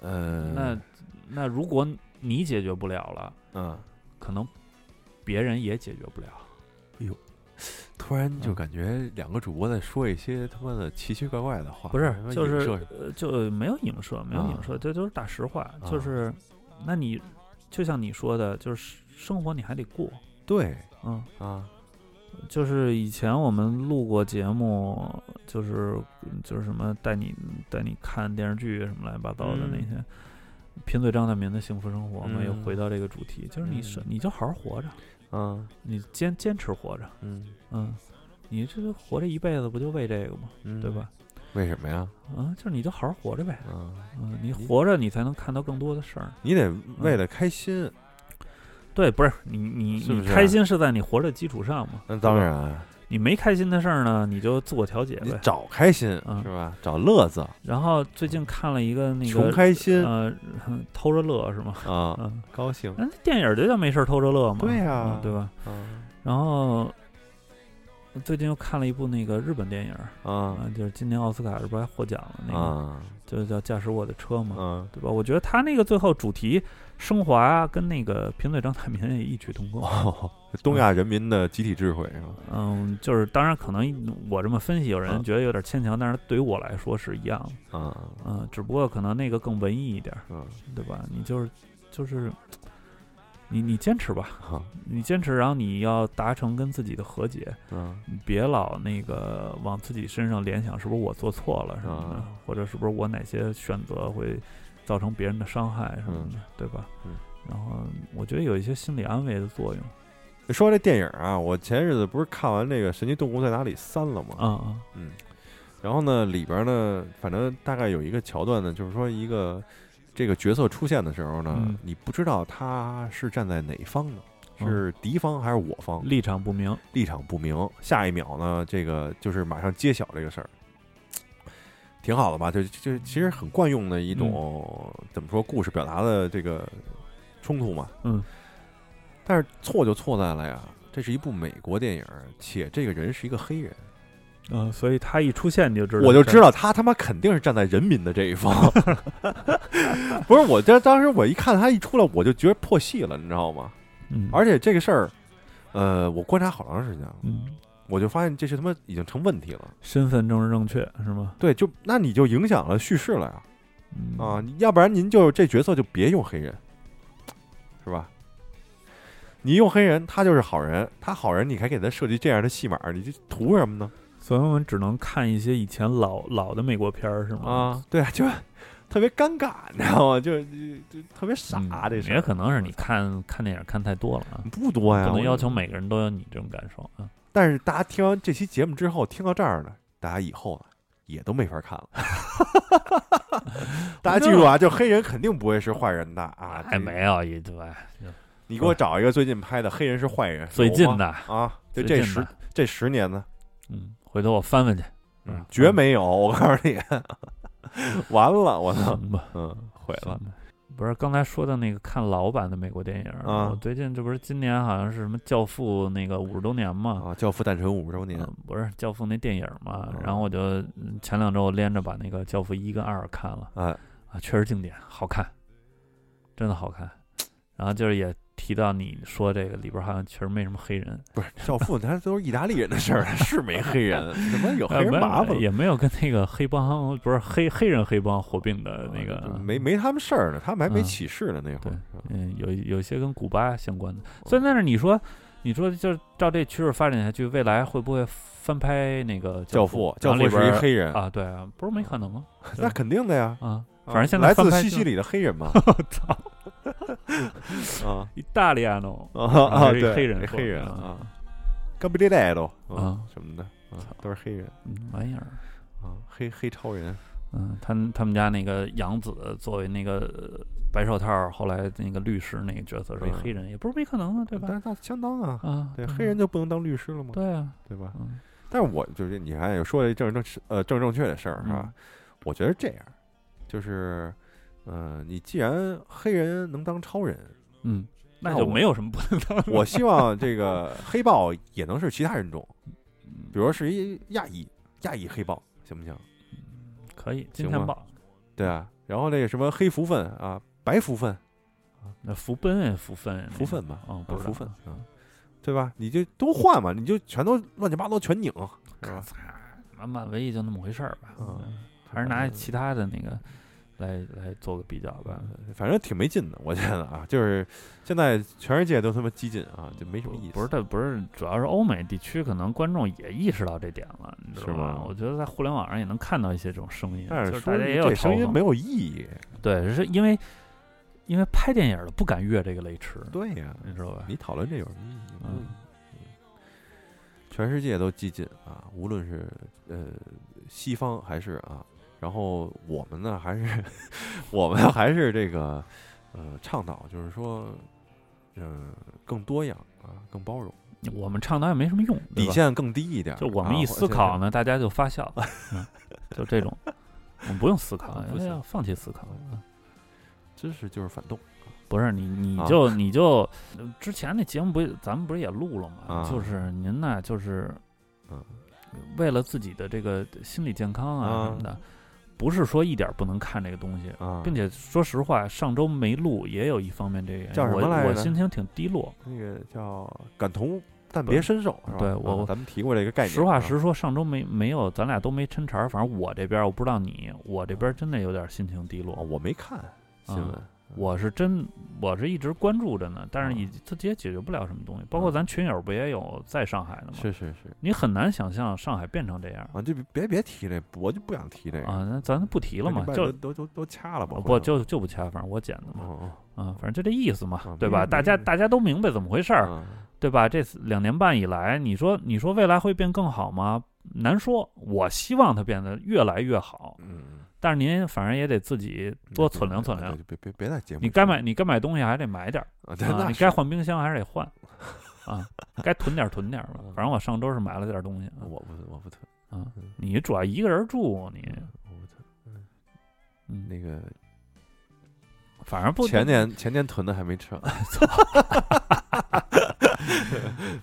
A: 呃，
B: 那那如果你解决不了了，
A: 嗯，
B: 可能别人也解决不了。
A: 突然就感觉两个主播在说一些他妈的奇奇怪怪的话，
B: 不是
A: 他妈，
B: 就
A: 影
B: 是
A: 射
B: 呃，就没有影射，没有
A: 啊
B: 影射，这都是大实话。就是，那你就像你说的，就是生活你还得过，
A: 对
B: 嗯，
A: 啊，
B: 就是以前我们录过节目，就是就是什么带你带你看电视剧什么乱七八糟的那
A: 嗯
B: 些，贫嘴张大民的幸福生活嘛，又
A: 嗯
B: 回到这个主题，就是你是你就好好活着，
A: 嗯
B: 你坚坚持活着，
A: 嗯
B: 啊嗯，你这活这一辈子不就为这个吗？
A: 嗯，
B: 对吧？
A: 为什么呀？
B: 啊，就是你就好好活着呗，
A: 啊，
B: 嗯，你活着你才能看到更多的事儿。
A: 你得为了开心，
B: 对，不是你你
A: 是不啊
B: 你
A: 是
B: 开心是在你活着基础上嘛？
A: 那当然，啊
B: 你没开心的事儿呢，你就自我调节
A: 你
B: 呗。
A: 找开心
B: 嗯
A: 是吧？找乐子，
B: 然后最近看了一个那
A: 穷
B: 个
A: 开心
B: 呃，偷着乐是吗？
A: 啊，
B: 嗯，
A: 高兴
B: 那电影儿就叫没事儿偷着乐嘛，
A: 对呀
B: 嗯对吧？
A: 啊
B: 然后最近又看了一部那个日本电影儿，
A: 啊
B: 啊，就是今年奥斯卡是不是还获奖了那个，
A: 啊
B: 就是叫《驾驶我的车》嘛， [laughs]
A: 啊！
B: 对吧？我觉得他那个最后主题升华啊跟那个贫嘴张大民也异曲同工。
A: 哦，东亚人民的集体智慧是吧？
B: 嗯，就是当然可能我这么分析，有人
A: 嗯
B: 觉得有点牵强，但是对于我来说是一样的。
A: 啊
B: 嗯，只不过可能那个更文艺一点儿，
A: 嗯
B: 对吧？你就是就是你你坚持吧， [laughs]
A: 好
B: 你坚持，然后你要达成跟自己的和解，
A: 嗯
B: 你别老那个往自己身上联想，是不是我做错了什么的，
A: 啊
B: 或者是不是我哪些选择会造成别人的伤害什么的，对吧？
A: 嗯
B: 然后我觉得有一些心理安慰的作用。
A: 说这电影啊，我前日子不是看完那个《神奇动物在哪里三》了吗？
B: 啊啊，
A: 嗯，然后呢，里边呢，反正大概有一个桥段呢，就是说一个这个角色出现的时候呢，
B: 嗯
A: 你不知道他是站在哪方的，
B: 嗯
A: 是敌方还是我方，
B: 立场不明，
A: 立场不明。下一秒呢，这个就是马上揭晓这个事儿，挺好的吧？就就其实很惯用的
B: 嗯
A: 一种、怎么说故事表达的这个冲突嘛。
B: 嗯，
A: 但是错就错在了呀，这是一部美国电影，且这个人是一个黑人。
B: 嗯、所以他一出现你就知道，
A: 我就知，道他他妈肯定是站在人民的这一方。 [laughs] 不是，我这当时我一看他一出来，我就觉得破戏了，你知道吗？
B: 嗯，
A: 而且这个事儿，呃，我观察好长时间了，
B: 嗯，
A: 我就发现这是他妈已经成问题了。
B: 身份政治正确是吗？
A: 对，就那你就影响了叙事了呀
B: 嗯
A: 啊！你要不然您就这角色就别用黑人，是吧？你用黑人，他就是好人，他好人，你还给他设计这样的戏码，你这图什么呢？
B: 所以我们只能看一些以前老老的美国片儿是吗？
A: 啊， [laughs] 对啊，就特别尴尬，你知道吗？就就就特别傻、
B: 嗯
A: 这事
B: 也
A: 儿
B: 可能是你看看电影看太多了啊，
A: 不多呀，
B: 不能
A: 我
B: 要求每个人都有你这种感受啊。
A: 但是大家听完这期节目之后，听到这儿呢，大家以后呢也都没法看
B: [laughs]
A: 了。大家记住啊，就黑人肯定不会是坏人的啊！
B: [laughs] 哎，
A: 这
B: 没有也对吧，
A: 你给我找一个最近拍的黑人是坏人，
B: 最近
A: 有吗
B: 的，
A: 啊，就这
B: 最近
A: 十
B: 的
A: 这十年呢，
B: 嗯，回头我
A: [laughs]
B: 翻翻去，
A: 嗯
B: 嗯，
A: 绝没有，我告诉你， [laughs] 完了，我操，
B: 行吧，
A: 嗯，毁
B: 行
A: 了，
B: 吧。不是刚才说的那个看老版的美国电影儿，
A: 啊
B: 我最近这不是今年好像是什么《教父》那个五十周年嘛，
A: 啊！教父诞辰五十周年
B: 嗯，不是《教父》那电影儿嘛，
A: 嗯
B: 然后我就嗯前两周我连着把那个《教父》一跟二看了
A: 啊，
B: 啊，确实经典，好看，真的好看。然后就是也提到你说这个里边儿好像确实没什么黑人，
A: 不是教父，他都是意大利人的事儿，
B: [laughs]
A: 是没黑人，怎么有黑
B: 呃
A: 人
B: 没有
A: 麻烦了？
B: 也没有跟那个黑帮不是黑黑人黑帮合并的那个，
A: 哦没没他们事儿呢，他们还没
B: 嗯
A: 起事呢，那会
B: 对
A: 儿。
B: 嗯，有有一些跟古巴相关的。
A: 哦
B: 所以但是你说，你说就是照这趋势发展下去，未来会不会翻拍那个
A: 教
B: 父
A: 父，？
B: 然
A: 教
B: 后
A: 父
B: 里
A: 是
B: 边
A: 一
B: 儿
A: 黑人，
B: 啊，对啊，不是没可能吗？
A: 那肯定的呀。
B: 啊，
A: 啊
B: 反正现在
A: 来
B: 翻
A: 自
B: 拍
A: 西
B: 就
A: 西里的黑人 [laughs] 嘛，
B: 我操，
A: 啊
B: 意大利啊，no，
A: 啊啊！
B: 是一
A: 对，
B: 黑人做
A: 黑
B: 的
A: 人
B: 啊
A: 啊，干不列带都啊
B: 啊
A: 什么的啊，都是黑人
B: 嗯玩意儿。
A: 啊，黑黑超人
B: 嗯，他们他们家那个养子作为那个呃白手套，后来那个律师那个角色是一
A: 嗯
B: 黑人，也不是没可能啊，对吧
A: 但？是他相当啊，
B: 啊，
A: 对，
B: 嗯
A: 黑人就不能当律师了吗？
B: 对啊，
A: 对吧？
B: 嗯
A: 但是我就是你看，说这正正呃正正确的事儿是吧？我觉得这样，就是嗯，你既然黑人能当超人，
B: 嗯，那
A: 那
B: 就
A: 我
B: 没有什么不
A: [laughs]
B: 能 [laughs] 当的。
A: 我希望这个黑豹也能是其他人种，
B: 嗯
A: 比如说是一亚裔亚裔黑豹，行不行？
B: 可以金
A: 行
B: 钱
A: 吗
B: 豹，
A: 对啊，然后那个什么黑福分啊，白福分，
B: 那福奔哎，福分哎，
A: 福分吧，
B: 啊，
A: 啊
B: 不
A: 福分啊，对吧？你就都换嘛，你就全都乱七八糟全拧，是吧？
B: 满满唯一就那么回事儿吧，
A: 嗯
B: 嗯还是拿其他的那个来来做个比较吧。
A: 嗯反正挺没劲的，我觉得啊，就是现在全世界都他妈激进啊，就没什么意思。
B: 不是，但不是，主要是欧美地区可能观众也意识到这点了，你知道
A: 是吗
B: 吗？我觉得在互联网上也能看到一些这种声音，
A: 但
B: 就是大
A: 说
B: 家也有
A: 这声音
B: 嘲讽
A: 没有意义。
B: 对，是因为因为拍电影的不敢越这个雷池，
A: 对呀、
B: 你知道吧？
A: 你讨论这有什么意义？没有意义
B: 嗯
A: 全世界都激进啊，无论是呃西方还是啊，然后我们呢还是 [laughs] 我们还是这个呃倡导，就是说嗯、更多样啊，更包容，
B: 我们倡导也没什么用，对
A: 底
B: 吧
A: 线更低一点儿。
B: 就我们
A: 啊
B: 一思考
A: 或者
B: 呢，大家就发
A: [laughs]
B: 笑，嗯，就这种，我们不用思考，
A: 不
B: 哎
A: 思
B: 呀，放弃思考。嗯
A: 知识就是反动
B: 不是你，你
A: 啊
B: 就你就呃之前那节目不也，咱们不是也录了吗？
A: 啊
B: 就是您呐，就是
A: 嗯
B: 为了自己的这个心理健康啊
A: 啊
B: 什么的，不是说一点不能看这个东西。
A: 啊，
B: 并且说实话，上周没录也有一方面这个原因
A: 叫什么来
B: 我我
A: 着
B: 心情挺低落。
A: 那个叫感同但
B: 对
A: 别伸手是吧？
B: 对
A: 啊
B: 我
A: 咱们提过这个概念。
B: 实话
A: 啊
B: 实说，上周没没有，咱俩都没抻茬儿。反正我这边儿我不知道你，我这边儿真的有点心情低
A: 啊，
B: 落。
A: 我没看新闻。
B: 我是真，我是一直关注着呢，但是也自己也解决不了什么东西。包括
A: 嗯
B: 咱群友不也有在上海的吗？
A: 是是是
B: 你很难想象上海变成这样
A: 啊，就别别别提这，我就不想提这个。
B: 啊！那咱不提
A: 提
B: 了嘛，就啊
A: 都都都掐了吧？
B: 不就就不掐，反正我剪的嘛，
A: 哦
B: 啊，反正就这意思嘛
A: 啊，
B: 对
A: 没
B: 吧？
A: 事
B: 大
A: 没
B: 家
A: 事
B: 大家都明白怎么回事儿，
A: 哦，
B: 对吧？这两年半以来，你说你说未来会变更好吗？难说，我希望它变得越来越好，
A: 嗯，
B: 但是您反正也得自己多存量存量
A: 就。别别别在节目里说，
B: 你该买你该买东西还得买点儿
A: 啊， [laughs] 对
B: 啊，
A: 那
B: 你
A: 是
B: 该换冰箱还是
A: [laughs]
B: 得换啊，该囤点儿囤点儿
A: 嗯
B: 吧。反正我上周是买了点儿东西啊
A: 我不我不特
B: 啊
A: 嗯。
B: 你主要一个人住，你
A: 我不特
B: 嗯，
A: 那个
B: 反正不
A: 前年前年囤的还没吃完，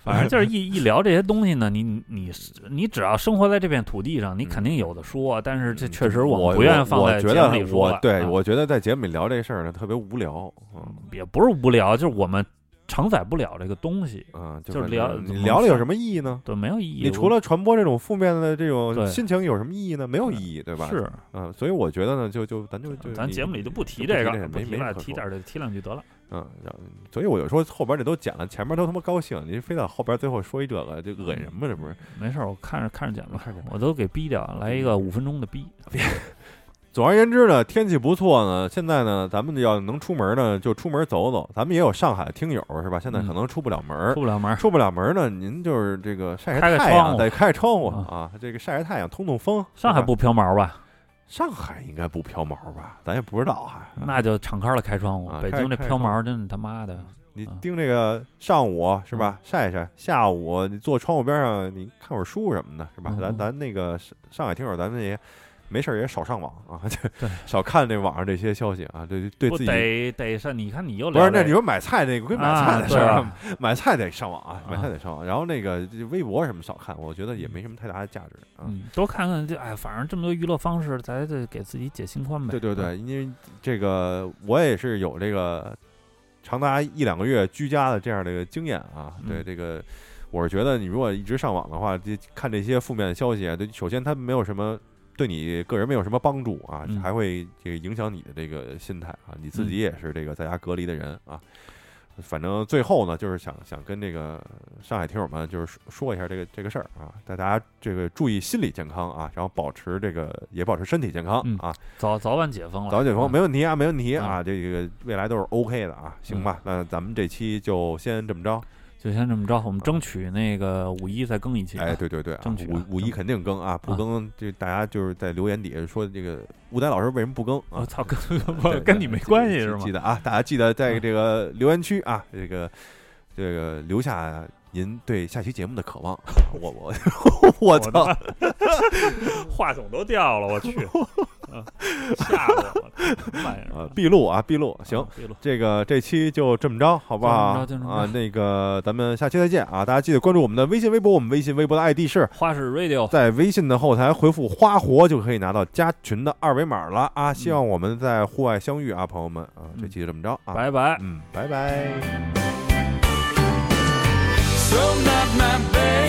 B: 反正就是一一聊这些东西呢，你你
A: [laughs]
B: 你你只要生活在这片土地上，你肯定有的说。但是这确实
A: 嗯我
B: 们不愿意放
A: 我
B: 在
A: 觉
B: 节
A: 得
B: 目里说
A: 我
B: 了
A: 对
B: 啊
A: 我觉得在节目里聊这事儿呢特别无聊，嗯
B: 也不是无聊，就是我们承载不了这个东西，
A: 嗯，
B: 就是聊
A: 你聊了有什么意义呢？
B: 对，没有意义。
A: 你除了传播这种负面的这种
B: 对
A: 心情有什么意义呢？没有意义，对吧？
B: 是，
A: 嗯，所以我觉得呢，就就咱就就
B: 咱
A: 你
B: 节目里就不提
A: 就不
B: 这
A: 提
B: 个
A: 这个，
B: 不
A: 没
B: 提
A: 没
B: 了，
A: 可
B: 提
A: 说
B: 点儿这提两句得了。
A: 嗯，然后所以我就说后边这都剪了，前面都他妈高兴，您非到后边最后说一这个，这恶心什么？这不是？
B: 没事儿，我看着看嗯着剪吧，
A: 看着
B: 我都给逼掉，来一
A: 嗯
B: 个五分钟的逼。
A: 总而言之呢，天气不错呢，现在呢，咱们要能出门呢，就出门走走。咱们也有上海听友是吧？现在可能出不了门儿，
B: 嗯出不了门儿，
A: 出不了门儿呢，您就是这个晒
B: 开
A: 晒
B: 个
A: 太
B: 窗
A: 阳，
B: 户
A: 得开窗户
B: 啊
A: 啊，这个晒晒太阳，通通风。
B: 上海
A: 是吧，
B: 不飘毛吧？
A: 上海应该不飘毛吧？咱也不知道啊。
B: 那就敞开了开窗户
A: 啊。
B: 北
A: 开
B: 京这
A: 开
B: 飘
A: 窗
B: 毛真是他妈的，
A: 你
B: 啊嗯
A: 盯这个上午是吧？晒晒，下午你坐窗户边上，你看会儿书什么的，是吧
B: 嗯？
A: 咱
B: 嗯
A: 咱那个上上海听友，咱们也没事儿也少上网啊， [laughs] 就
B: 对
A: 少看这网上这些消息啊，对对
B: 不
A: 自己。
B: 得得是？你看你又
A: 不是，
B: 聊
A: 那
B: 这
A: 你说买菜那个跟买菜
B: 啊，
A: 的事
B: 对
A: 儿，
B: 啊，
A: 买菜得上网啊，买
B: 啊
A: 菜得上网。然后那个这微博什么少看，我觉得也没什么太大的价值啊。
B: 嗯，多看看这，哎，反正这么多娱乐方式，咱得给自己解心宽呗。嗯
A: 对对对，因为这个我也是有这个长达一两个月居家的这样的一个经验啊。
B: 嗯
A: 对这个，我是觉得你如果一直上网的话，这看这些负面的消息啊，对，首先它没有什么。对你个人没有什么帮助啊，
B: 嗯
A: 还会这个影响你的这个心态啊。你自己也是这个在家隔离的人啊。反正最后呢，就是想想跟这个上海听友们就是说说一下这个这个事儿啊，大家这个注意心理健康啊，然后保持这个也保持身体健康
B: 嗯
A: 啊。
B: 早早晚解封了，
A: 早解封
B: 嗯
A: 没问题啊，没问题啊，这个未来都是 OK 的啊，行
B: 嗯
A: 吧？那咱们这期就先这么着。
B: 就先这么着，我们争取那个五一再更一期。
A: 哎，，对对对啊
B: 争取，啊
A: 五五一
B: 争取
A: 肯定更啊，不
B: 啊
A: 更这大家就是在留言底下说这个吴丹老师为什么不更
B: 我
A: [laughs] 啊？
B: 操，跟
A: 对
B: 我跟你
A: 对
B: 没
A: 记
B: 关系
A: 记
B: 是吗嗯
A: 记？得啊，大家记得在这个留言区啊，这个这个留下您对下期节目的渴望。 [laughs] 我我我
B: 的
A: 操！
B: 话筒都掉了，我
A: [laughs]
B: 去，啊吓得我了，什么玩意儿
A: 啊，闭录啊，闭录，行
B: 啊，，别录
A: 这个这期就这么着，好不好
B: 就这么着就这？么着
A: 啊，那个咱们下期再见啊！大家记得关注我们的微信、微博，我们微信、微博的 ID 是
B: 花式 radio，
A: 在微信的后台回复“花活”就可以拿到加群的二维码了啊！希望我们在户外相遇啊，朋友们啊！这期就这么着啊，
B: 拜拜。
A: 嗯，拜拜。
C: So not my best.